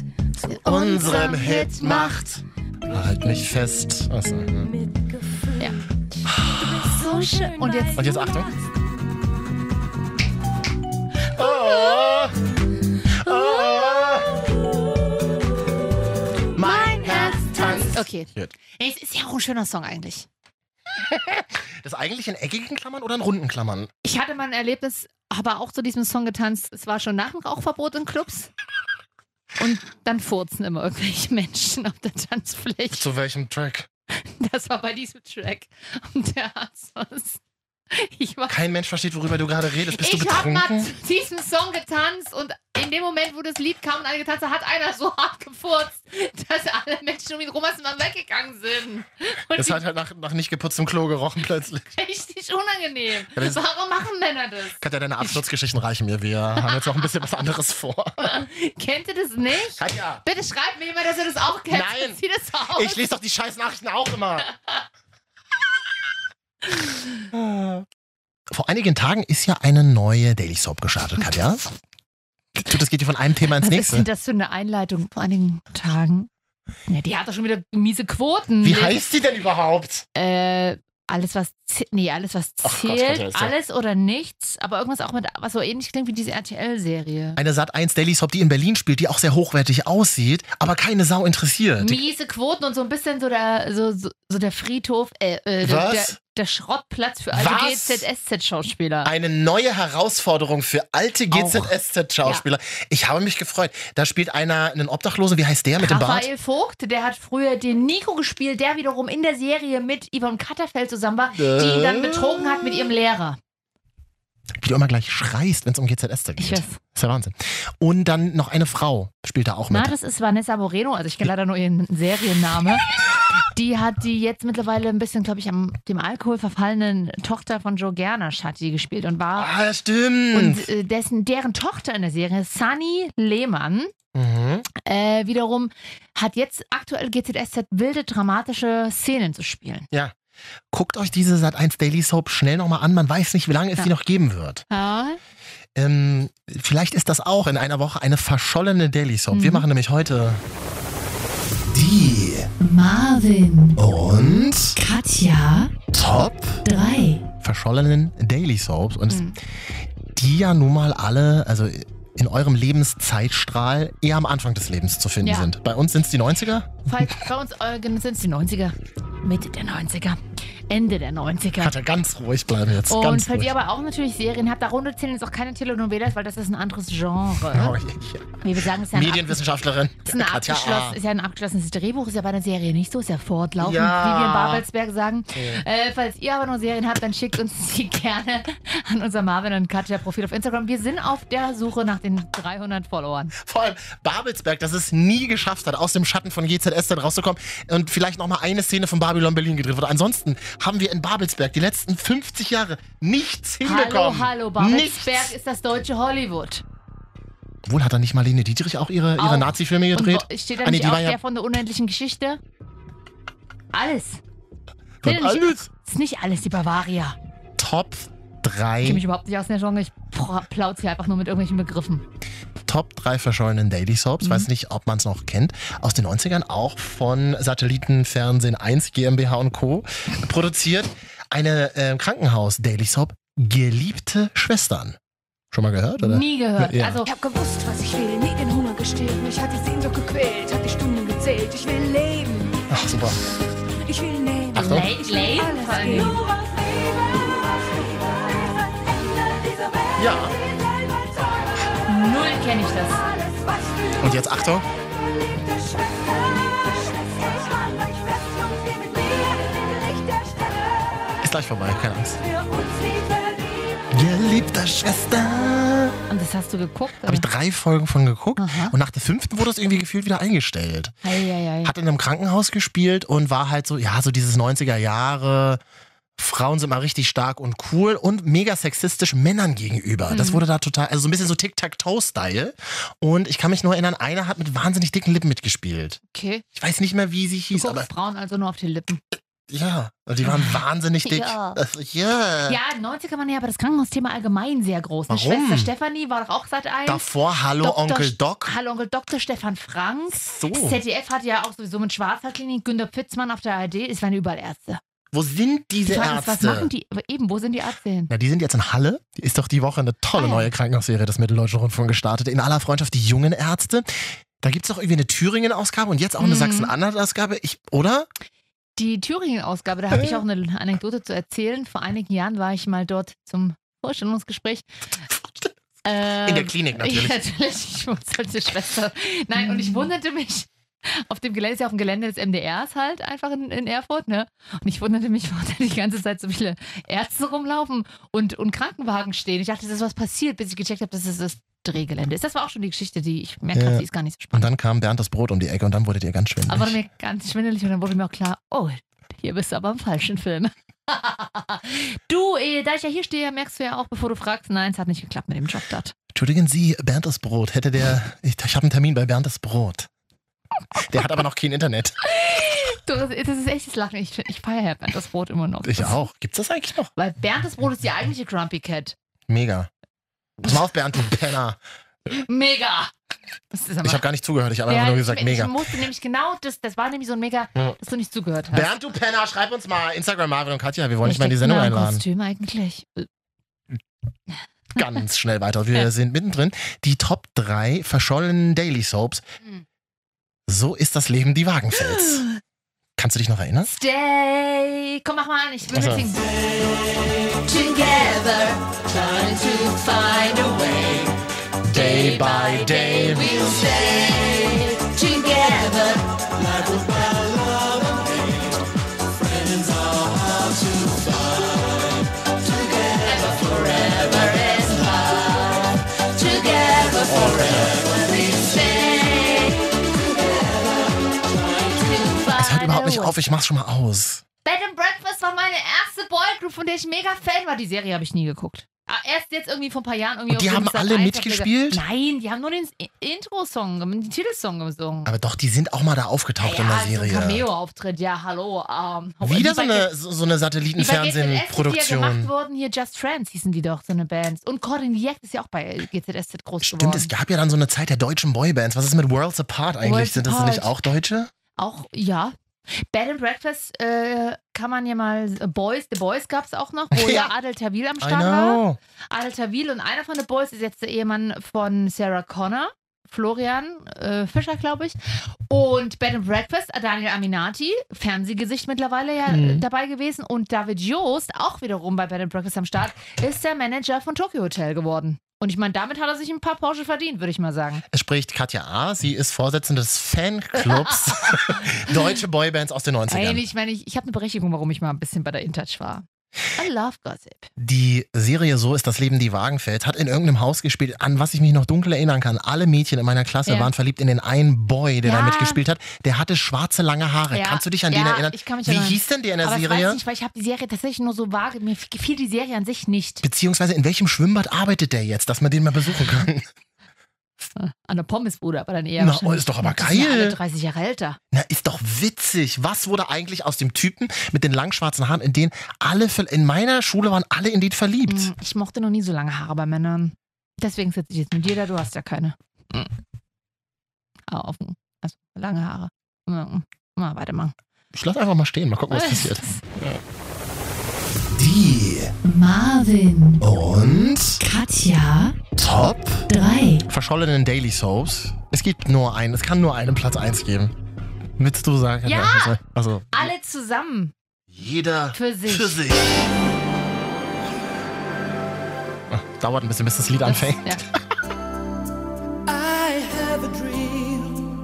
A: Unserem Hit macht. Halt mich fest. Achso, ja.
B: mitgefühlt.
C: Ja.
B: So schön.
C: Und jetzt-
A: Und jetzt Achtung. Oh, oh,
C: okay. Ey, Es ist ja auch ein schöner Song eigentlich.
A: Das eigentlich in eckigen Klammern oder in runden Klammern?
C: Ich hatte mal ein Erlebnis, aber auch zu diesem Song getanzt. Es war schon nach dem Rauchverbot in Clubs. Und dann furzen immer irgendwelche Menschen auf der Tanzfläche.
A: Zu welchem Track?
C: Das war bei diesem Track. Und der hat's was. Ich war
A: Kein Mensch versteht, worüber du gerade redest. Bist du
C: ich habe mal zu
A: betrunken?
C: diesem Song getanzt und in dem Moment, wo das Lied kam und alle getanzt haben, hat einer so hart gefurzt, dass alle Menschen um ihn rum erstmal weggegangen sind. Und
A: Das hat halt nach, nach nicht geputztem Klo gerochen plötzlich.
C: richtig unangenehm.
A: Ja, das-
C: Warum machen Männer das?
A: Katja, deine Absturzgeschichten reichen mir. Wir haben jetzt noch ein bisschen was anderes vor.
C: Kennt ihr das nicht?
A: Katja!
C: Bitte schreibt mir jemand, dass ihr das auch kennt.
A: Nein.
C: Sieht das aus?
A: Ich lese doch die scheiß Nachrichten auch immer. Vor einigen Tagen ist ja eine neue Daily Soap gestartet, Katja. Du, das geht ja von einem Thema ins
C: Was ist
A: nächste.
C: denn das für eine Einleitung vor einigen Tagen? Ja, die hat doch schon wieder miese Quoten.
A: Wie heißt die denn überhaupt?
C: Äh, alles, was zäh- nee, alles, was
A: Ach Gott,
C: zählt,
A: Katja, ist ja-
C: alles oder nichts, aber irgendwas auch mit, was so ähnlich klingt wie diese RTL-Serie.
A: Eine Sat1 Daily Soap, die in Berlin spielt, die auch sehr hochwertig aussieht, aber keine Sau interessiert. Die-
C: Miese Quoten und so ein bisschen so der, so, so, so der Friedhof, äh, äh, der,
A: Was?
C: der, der Schrottplatz für alte
A: Was?
C: GZSZ-Schauspieler.
A: Eine neue Herausforderung für alte
C: Auch.
A: GZSZ-Schauspieler. Ich habe mich gefreut. Da spielt einer einen Obdachlosen, wie heißt der mit dem Bart?
C: Raphael Vogt, der hat früher den Nico gespielt, der wiederum in der Serie mit Yvonne Katterfeld zusammen war, die ihn
A: Äh.
C: dann betrogen hat mit ihrem Lehrer.
A: Wie du immer gleich schreist, wenn es um GZSZ geht.
C: Ich weiß.
A: Ist ja Wahnsinn. Und dann noch eine Frau spielt da auch mit.
C: Na, das ist Vanessa Moreno, also ich kenne leider nur ihren Serienname. Die hat die jetzt mittlerweile ein bisschen, glaube ich, am dem Alkohol verfallenen Tochter von Joe Gernasch hat die gespielt und war
A: ah, stimmt.
C: und äh, dessen deren Tochter in der Serie Sunny Lehmann
A: mhm.
C: äh, wiederum hat jetzt aktuell GZSZ wilde dramatische Szenen zu spielen.
A: Ja. Guckt euch diese Sat1 Daily Soap schnell nochmal an. Man weiß nicht, wie lange es
C: Ja.
A: die noch geben wird.
C: Ja.
A: Ähm, vielleicht ist das auch in einer Woche eine verschollene Daily Soap.
C: Mhm.
A: Wir machen nämlich heute die
B: Marvin,
A: und
B: Katja,
A: Top
B: 3.
A: verschollenen Daily Soaps. Und
C: Mhm.
A: es- die ja nun mal alle, also in eurem Lebenszeitstrahl eher am Anfang des Lebens zu finden
C: Ja.
A: sind. Bei uns sind es die 90er.
C: Falls bei uns sind es die 90er, Mitte der 90er, Ende der 90er.
A: Hat er ganz ruhig bleiben jetzt.
C: Und
A: ganz
C: falls
A: ruhig.
C: ihr aber auch natürlich Serien habt, darunter zählen jetzt auch keine Telenovelas, weil das ist ein anderes Genre.
A: Oh, ja,
C: Wie wir sagen, es ist ja
A: ja.
C: ein,
A: Medienwissenschaftlerin.
C: ab- ist ein,
A: Katja
C: abgeschlossen,
A: A.
C: ist ja ein abgeschlossenes Drehbuch, ist ja bei einer Serie nicht so, ist ja fortlaufend,
A: Ja.
C: wie wir in Babelsberg sagen. Äh, falls ihr aber noch Serien habt, dann schickt uns die gerne an unser Marvin und Katja Profil auf Instagram. Wir sind auf der Suche nach den 300 Followern.
A: Vor allem Babelsberg, dass es nie geschafft hat, aus dem Schatten von GZS dann rauszukommen und vielleicht nochmal eine Szene von Babylon Berlin gedreht wird. Ansonsten haben wir in Babelsberg die letzten 50 Jahre nichts
C: Hallo,
A: hinbekommen.
C: hallo,
A: Nichts.
C: Babelsberg ist das deutsche Hollywood.
A: Obwohl hat dann nicht Marlene Dietrich auch ihre, ihre
C: Auch.
A: Nazi-Filme gedreht?
C: Und wo- steht da
A: Ah, nee,
C: nicht
A: die
C: auch
A: war ja
C: der von der unendlichen Geschichte? Alles.
A: von
C: Sind ja nicht-
A: alles.
C: Ist nicht alles die Bavaria.
A: Top
C: Ich kenne
A: 3,
C: mich überhaupt nicht aus in der Genre. Ich pra- plauz hier einfach nur mit irgendwelchen Begriffen.
A: Top 3 verschollenen Daily Soaps. Weiß nicht, ob man es noch kennt. Aus den 90ern, auch von Satellitenfernsehen 1, GmbH und Co. produziert. Eine äh, Krankenhaus-Daily Soap. Geliebte Schwestern. Schon mal gehört, oder?
C: Nie gehört.
A: Ja.
C: Also,
L: Ich hab gewusst, was ich will, nie den Hunger gestillt. Mich hat die Sehnsucht gequält, hat die Stunden gezählt. Ich will leben,
A: Ach, super.
L: ich will nehmen.
A: Achtung.
C: Late,
L: Ich will
C: late,
L: alles
C: vor allen
L: geben.
C: Dingen.
L: Nur was Liebe, was Liebe, was Ende dieser Welt.
A: Ja.
C: null kenne ich das.
A: Und jetzt Achtung. Ist gleich vorbei, keine Angst. Geliebte Schwester.
C: Und das hast du geguckt?
A: Habe ich drei Folgen von geguckt.
C: Aha.
A: Und nach der fünften wurde es irgendwie gefühlt wieder eingestellt.
C: Eieiei.
A: Hat in einem Krankenhaus gespielt und war halt so, ja, so dieses 90er Jahre. Frauen sind mal richtig stark und cool und mega sexistisch Männern gegenüber.
C: Mhm.
A: Das wurde da total, also so ein bisschen so Tic-Tac-Toe-Style. Und ich kann mich nur erinnern, einer hat mit wahnsinnig dicken Lippen mitgespielt.
C: Okay.
A: Ich weiß nicht mehr, wie sie
C: Du
A: hieß, aber
C: guckst Frauen also nur auf die Lippen.
A: ja, und die waren wahnsinnig dick.
C: Ah, Ja.
A: Also, ja.
C: Ja, 90er waren ja aber das Krankenhausthema allgemein sehr groß. Eine
A: Warum?
C: Schwester Stefanie war doch auch seit ein.
A: Davor Hallo
C: Dr.
A: Onkel Doc.
C: Hallo Onkel Dr. Stefan Frank.
A: So.
C: Das ZDF hat ja auch sowieso mit Schwarzwaldklinik Günter Pfitzmann auf der ARD. Es waren überall Ärzte.
A: Wo sind
C: Die
A: diese
C: Frage ist,
A: Ärzte?
C: was machen die? Eben, wo sind die Ärzte hin?
A: Na, die sind jetzt in Halle. Die ist doch die Woche eine tolle
C: Ah, ja.
A: neue Krankenhausserie des Mitteldeutschen Rundfunk gestartet. In aller Freundschaft die jungen Ärzte. Da gibt es doch irgendwie eine Thüringen-Ausgabe und jetzt auch eine
C: Mhm.
A: Sachsen-Anhalt-Ausgabe, Ich- oder?
C: Die Thüringen-Ausgabe, da habe ich auch eine Anekdote zu erzählen. Vor einigen Jahren war ich mal dort zum Vorstellungsgespräch.
A: In der
C: Ähm,
A: Klinik natürlich. Hm.
C: Ja, natürlich. Ich wurde als Schwester. Nein, und ich wunderte mich auf dem Gelände, ist ja auf dem Gelände des MDRs halt einfach in, in Erfurt, ne? Und ich wunderte mich, warum da die ganze Zeit so viele Ärzte rumlaufen und, und Krankenwagen stehen. Ich dachte, das ist was passiert, bis ich gecheckt habe, dass es das Drehgelände ist. Das war auch schon die Geschichte, die ich merke,
A: Ja.
C: die ist gar nicht so spannend.
A: Und dann kam Bernd das Brot um die Ecke und dann wurdet ihr ganz schwindelig.
C: Aber dann mir ganz schwindelig und dann wurde mir auch klar, oh, hier bist du aber im falschen Film. du, eh, da ich ja hier stehe, merkst du ja auch, bevor du fragst, nein, es hat nicht geklappt mit dem Job dort.
A: Entschuldigen Sie, Bernd das Brot, hätte der. Ich, ich habe einen Termin bei Bernd das Brot. Der hat aber noch kein Internet.
C: Du, das das ist echtes Lachen. Ich, ich feiere Bernd das Brot immer noch.
A: Ich auch. Gibt's das eigentlich noch?
C: Weil Bernd das Brot ist die eigentliche Grumpy Cat.
A: Mega. Pass mal auf, Bernd, du Penner.
C: Mega! Das ist aber-
A: Ich habe gar nicht zugehört, ich habe einfach
C: Ja,
A: nur gesagt,
C: ich,
A: mega.
C: Ich musste nämlich genau, das, das war nämlich so ein Mega,
A: Ja.
C: dass du nicht zugehört hast.
A: Bernd, du Penner, schreib uns mal Instagram Marvin und Katja, wir wollen
C: Wer
A: dich mal in die
C: steckt
A: Sendung
C: denn da im
A: einladen.
C: Kostüm eigentlich. Äh,
A: Ganz schnell weiter. Wir sind mittendrin. Die Top 3 verschollenen Daily Soaps.
C: Hm.
A: So ist das Leben die Wagenfels. Kannst du dich noch erinnern?
C: Stay! Komm, mach mal an, ich will
A: Ach so.
C: mitsingen. Together, trying to find a way.
A: Day by day.
B: We'll stay together. Life without love and hate. Friends are hard to find. Together forever is love. Together forever we'll stay.
A: Es hört überhaupt nicht
C: away.
A: auf, ich mach's schon mal aus.
C: Bed and Breakfast war meine erste Boygroup, von der ich mega Fan war. Die Serie habe ich nie geguckt. Ah, Erst jetzt irgendwie vor ein paar Jahren. Irgendwie
A: Und die
C: auf
A: haben
C: Sat.
A: alle
C: 1
A: mitgespielt?
C: Nein, die haben nur den I- Intro-Song, gem- den Titelsong gesungen.
A: Aber doch, die sind auch mal da aufgetaucht in der
C: ja, so ein
A: Serie.
C: Cameo-Auftritt, ja, hallo. ähm,
A: Wieder
C: die
A: so
C: bei
A: eine,
C: G-
A: so so eine
C: die bei GZSZ, die ja gemacht
A: Satellitenfernsehen-Produktion.
C: wurden, hier Just Friends hießen die doch, so eine Band. Und Corinne Jeck ist ja auch bei GZSZ groß
A: Stimmt,
C: geworden.
A: es gab ja dann so eine Zeit der deutschen Boybands. Was ist mit Worlds Apart eigentlich?
C: Worlds
A: sind das
C: Apart.
A: nicht auch Deutsche?
C: Auch, ja. Bed and Breakfast äh, kann man ja mal. äh, Boys, The Boys gab es auch noch, wo ja,
A: Ja.
C: Adel Tawil am
A: I
C: Start
A: know.
C: war. Adel Tawil und einer von The Boys ist jetzt der Ehemann von Sarah Connor, Florian äh, Fischer, glaube ich. Und Bed and Breakfast, Daniel Aminati, Fernsehgesicht mittlerweile ja
A: Mhm.
C: äh, dabei gewesen. Und David Joost, auch wiederum bei Bed and Breakfast am Start, ist der Manager von Tokyo Hotel geworden. Und ich meine, damit hat er sich ein paar Porsche verdient, würde ich mal sagen.
A: Es spricht Katja A. Sie ist Vorsitzende des Fanclubs Deutsche Boybands aus den 90ern.
C: Nein, ich meine, ich, ich habe eine Berechtigung, warum ich mal ein bisschen bei der InTouch war. I love Gossip.
A: Die Serie So ist das Leben die Wagenfeld hat in irgendeinem Haus gespielt, an was ich mich noch dunkel erinnern kann. Alle Mädchen in meiner Klasse
C: Ja.
A: waren verliebt in den einen Boy, der da
C: Ja.
A: mitgespielt hat. Der hatte schwarze, lange Haare.
C: Ja,
A: Kannst du dich an
C: ja,
A: den erinnern?
C: Ich kann mich
A: Wie
C: erinnern.
A: hieß denn der in der
C: Aber Ich weiß
A: Serie?
C: nicht, weil ich habe die Serie tatsächlich nur so vage. Mir gefiel die Serie an sich nicht.
A: Beziehungsweise in welchem Schwimmbad arbeitet der jetzt, dass man den mal besuchen kann?
C: An der Pommesbude, aber dann eher.
A: Na,
C: wahrscheinlich-
A: oh, ist doch aber
C: Die sind ja
A: geil.
C: alle 30 Jahre älter.
A: Na, ist doch witzig. Was wurde eigentlich aus dem Typen mit den langen schwarzen Haaren, in denen alle, ver- in meiner Schule waren alle in den verliebt?
C: Hm, Ich mochte noch nie so lange Haare bei Männern. Deswegen sitze ich jetzt mit dir da. Du hast ja keine.
A: Hm.
C: Ah, auf, also lange Haare. Mal, mal weitermachen.
A: Ich lass einfach mal stehen, mal gucken, was
C: Was?
A: passiert. Die
C: Marvin
A: und
C: Katja
A: Top
C: drei.
A: verschollenen Daily Soaps. Es gibt nur einen, es kann nur einen Platz 1 geben. Willst du sagen?
C: Ja!
A: Also, also
C: Alle zusammen.
A: jeder
C: Für sich.
A: Für sich. Ah, Dauert ein bisschen, bis das Lied anfängt.
C: Ja.
B: I have a dream,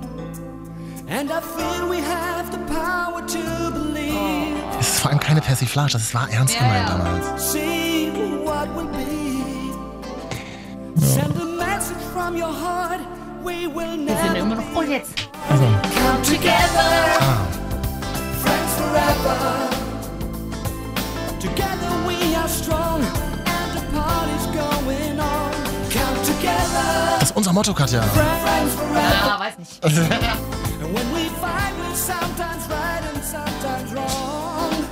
B: and I feel we have the power to believe.
A: Es ist vor allem keine Persiflage, das war ernst gemeint damals.
B: See what will be. Send a message from your heart. We will
C: Wir sind immer
B: never
C: noch. Und jetzt.
A: Also,
B: come together,
A: ah,
B: friends forever. Together we are strong, and the party's going on. Come together,
A: das ist unser Motto, Katja.
B: friends forever.
C: Ah, weiß nicht.
A: Also
B: And when we fight, we're sometimes right and sometimes wrong.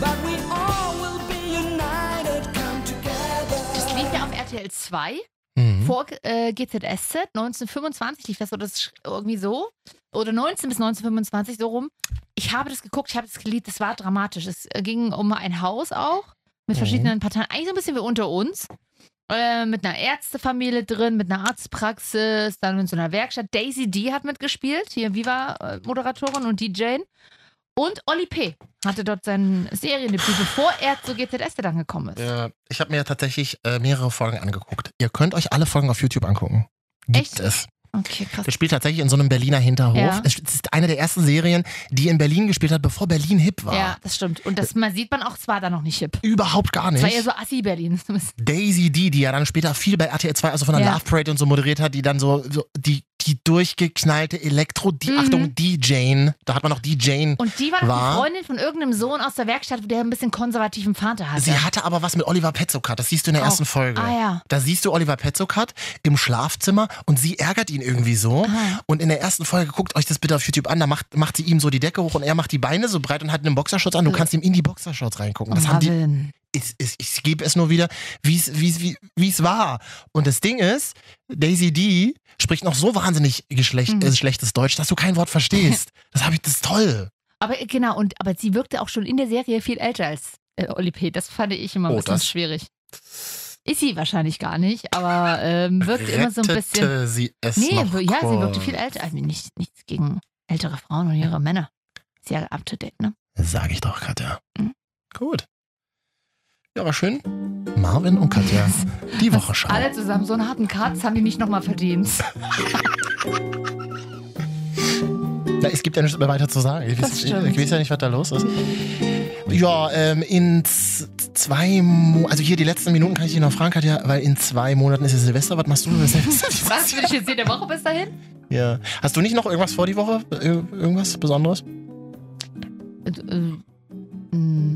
B: But we all will be united, come together.
C: Das lief ja auf RTL 2
A: Mhm.
C: vor äh, GZSZ. 1925 lief das oder das sch- irgendwie so. Oder 19 bis 1925 so rum. Ich habe das geguckt, ich habe das geliebt. Das war dramatisch. Es äh, ging um ein Haus auch mit verschiedenen Parteien. Eigentlich so ein bisschen wie unter uns. Äh, mit einer Ärztefamilie drin, mit einer Arztpraxis, dann in so einer Werkstatt. Daisy D hat mitgespielt, hier Viva-Moderatorin und DJ. Und Oli P. hatte dort sein Seriendebüt, bevor er zu GZS dann gekommen ist.
A: Äh, ich habe mir tatsächlich äh, mehrere Folgen angeguckt. Ihr könnt euch alle Folgen auf YouTube angucken. Gibt
C: Echt?
A: es.
C: Okay, krass.
A: Der spielt tatsächlich in so einem Berliner Hinterhof.
C: Ja.
A: Es ist eine der ersten Serien, die in Berlin gespielt hat, bevor Berlin hip war.
C: Ja, das stimmt. Und das man sieht man auch, es war da noch nicht hip.
A: Überhaupt gar
C: Es war
A: Äh, nicht.
C: eher so Assi-Berlin.
A: Daisy D, die ja dann später viel bei RTL 2, also von der
C: Ja.
A: Love Parade und so moderiert hat, die dann so, so die, die durchgeknallte Elektro, die,
C: Mhm. Oh,
A: Achtung, die Jane, da hat man noch die Jane.
C: Und die war, doch
A: War?
C: die Freundin von irgendeinem Sohn aus der Werkstatt, der einen bisschen konservativen Vater hatte.
A: Sie hatte aber was mit Oliver Petzokat, das siehst du in der
C: Auch.
A: ersten Folge.
C: Ah, ja.
A: Da siehst du Oliver Petzokat im Schlafzimmer und sie ärgert ihn irgendwie so.
C: Ah,
A: Und in der ersten Folge, guckt euch das bitte auf YouTube an, da macht, macht sie ihm so die Decke hoch und er macht die Beine so breit und hat einen Boxershorts an. Du kannst ihm in die Boxershorts reingucken. Das
C: Oh,
A: haben die,
C: Marvin.
A: ich, ich, ich gebe es nur wieder, wie's, wie's, wie wie es war. Und das Ding ist, Daisy D spricht noch so wahnsinnig geschlecht,
C: Mhm.
A: äh, schlechtes Deutsch, dass du kein Wort verstehst. Das habe ich, das ist toll.
C: Aber äh, genau, und aber sie wirkte auch schon in der Serie viel älter als äh, Oli P. Das fand ich immer ein
A: Oh,
C: bisschen
A: das-
C: schwierig. Ist sie wahrscheinlich gar nicht, aber ähm, wirkte immer so ein bisschen.
A: Rettete sie es
C: nee,
A: noch
C: wir- ja, sie wirkte
A: kurz.
C: viel älter. Also nicht, nichts gegen ältere Frauen und ihre Männer. Ist ja up to date, ne?
A: Sag ich doch, Katja.
C: Mhm.
A: Gut. Ja, war schön. Marvin und Katja, die Woche schauen.
C: Alle zusammen, so einen harten Kratz haben die mich nochmal verdient.
A: Na, es gibt ja nichts mehr weiter zu sagen. Ich
C: Das
A: weiß, ich,
C: stimmt.
A: ich weiß ja nicht, was da los ist. Ja, ähm, in z- zwei Monaten, also hier die letzten Minuten kann ich dich noch fragen, Katja, weil in zwei Monaten ist ja Silvester. Was machst du über Silvester?
C: Was will ich jetzt jede Woche bis dahin?
A: ja. Hast du nicht noch irgendwas vor die Woche? Ir- Irgendwas Besonderes?
C: Und, äh, mm.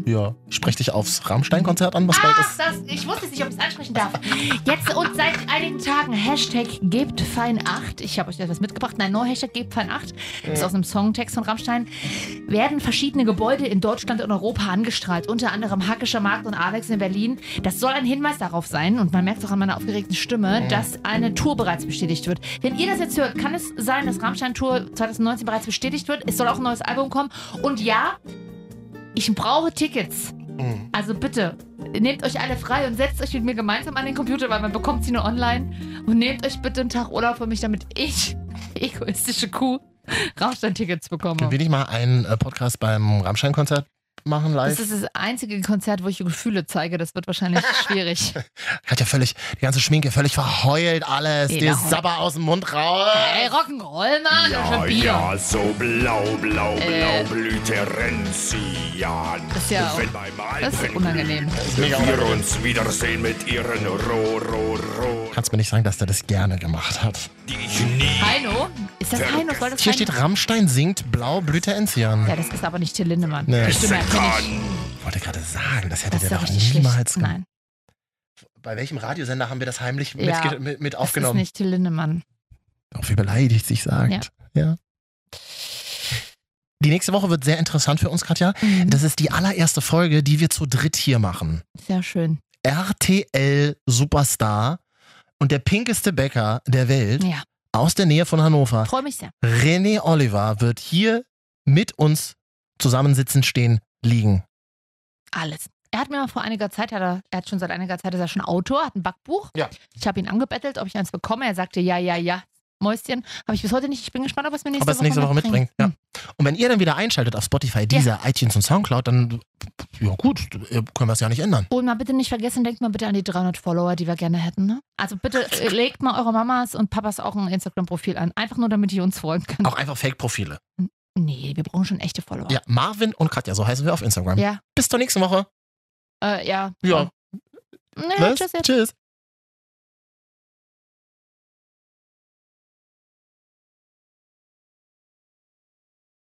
A: Ja. Ich spreche dich aufs Rammstein-Konzert an, was bald
C: Ach,
A: ist.
C: das, ich wusste es nicht, ob ich es ansprechen darf. Jetzt und seit einigen Tagen Hashtag gebt fein 8. Ich habe euch etwas mitgebracht. Nein, no Hashtag gebt fein 8. Ist aus einem Songtext von Rammstein. Werden verschiedene Gebäude in Deutschland und Europa angestrahlt. Unter anderem Hackischer Markt und Alex in Berlin. Das soll ein Hinweis darauf sein. Und man merkt es auch an meiner aufgeregten Stimme, dass eine Tour bereits bestätigt wird. Wenn ihr das jetzt hört, kann es sein, dass Rammstein-Tour 2019 bereits bestätigt wird. Es soll auch ein neues Album kommen. Und ja, ich brauche Tickets.
M: Mhm.
C: Also bitte, nehmt euch alle frei und setzt euch mit mir gemeinsam an den Computer, weil man bekommt sie nur online. Und nehmt euch bitte einen Tag Urlaub für mich, damit ich, egoistische Kuh, Rammstein-Tickets bekomme.
A: Will ich mal einen äh, Podcast beim Rammstein-Konzert machen live?
C: Das ist das einzige Konzert, wo ich Gefühle zeige. Das wird wahrscheinlich schwierig.
A: Hat ja völlig, die ganze Schminke völlig verheult, alles.
C: Jeder
A: Dir
C: heult.
A: ist Sabber aus dem Mund raus.
C: Ey, Rock'n'Roll, Mann!
M: Ja,
C: schon wieder.
M: ja, so blau, blau,
C: Äh.
M: blau, Blüte Renzian.
C: Das ist ja auch-
M: Wenn beim
C: Das ist
M: Alpen
C: unangenehm.
M: wir uns wiedersehen mit ihren Ro, Ro, Ro,
A: Kannst mir nicht sagen, dass der das gerne gemacht hat.
M: die ich nie.
C: Heino? Ist das Heino? Soll das
A: Hier
C: Heino-
A: steht, Rammstein singt Blau Blüte Enzian.
C: Ja, das ist aber nicht Till Lindemann.
A: Nee.
C: Die Stimme erkenne ich.
A: wollte gerade sagen, das hätte
C: Das ist
A: der
C: doch
A: doch
C: richtig schlecht.
A: niemals gemacht.
C: Nein,
A: Bei welchem Radiosender haben wir das heimlich
C: Ja,
A: mitge- mit, mit
C: das ist
A: aufgenommen?
C: nicht Till Lindemann.
A: Auch wie beleidigt sich sagt. Ja. Die nächste Woche wird sehr interessant für uns, Katja.
C: Mhm.
A: Das ist die allererste Folge, die wir zu dritt hier machen.
C: Sehr schön.
A: RTL Superstar und der pinkeste Bäcker der Welt
C: Ja.
A: aus der Nähe von Hannover.
C: Freue mich sehr.
A: René Oliver wird hier mit uns zusammensitzen, stehen, liegen.
C: Alles. Er hat mir mal vor einiger Zeit, hat er, er hat schon seit einiger Zeit, ist er schon Autor, hat ein Backbuch.
A: Ja.
C: Ich habe ihn angebettelt, ob ich eins bekomme. Er sagte, ja, ja, ja, Mäuschen. Habe ich bis heute nicht. Ich bin gespannt, ob er es mir nächste, Mhm.
A: Aber es nächste Woche mitbringt. Ja. Und wenn ihr dann wieder einschaltet auf Spotify, dieser iTunes und Soundcloud, dann ja gut, äh, können wir es ja nicht ändern.
C: Und mal bitte nicht vergessen, denkt mal bitte an die 300 Follower, die wir gerne hätten. Ne? Also bitte äh, legt mal eure Mamas und Papas auch ein Instagram-Profil an. Einfach nur, damit die uns folgen können.
A: Auch einfach Fake-Profile.
C: Nee, wir brauchen schon echte Follower.
A: Ja, Marvin und Katja, so heißen wir auf Instagram.
C: Ja.
A: Bis zur nächsten Woche.
C: Äh, ja.
A: Ja.
C: Na,
A: Was?
C: tschüss jetzt.
A: Tschüss.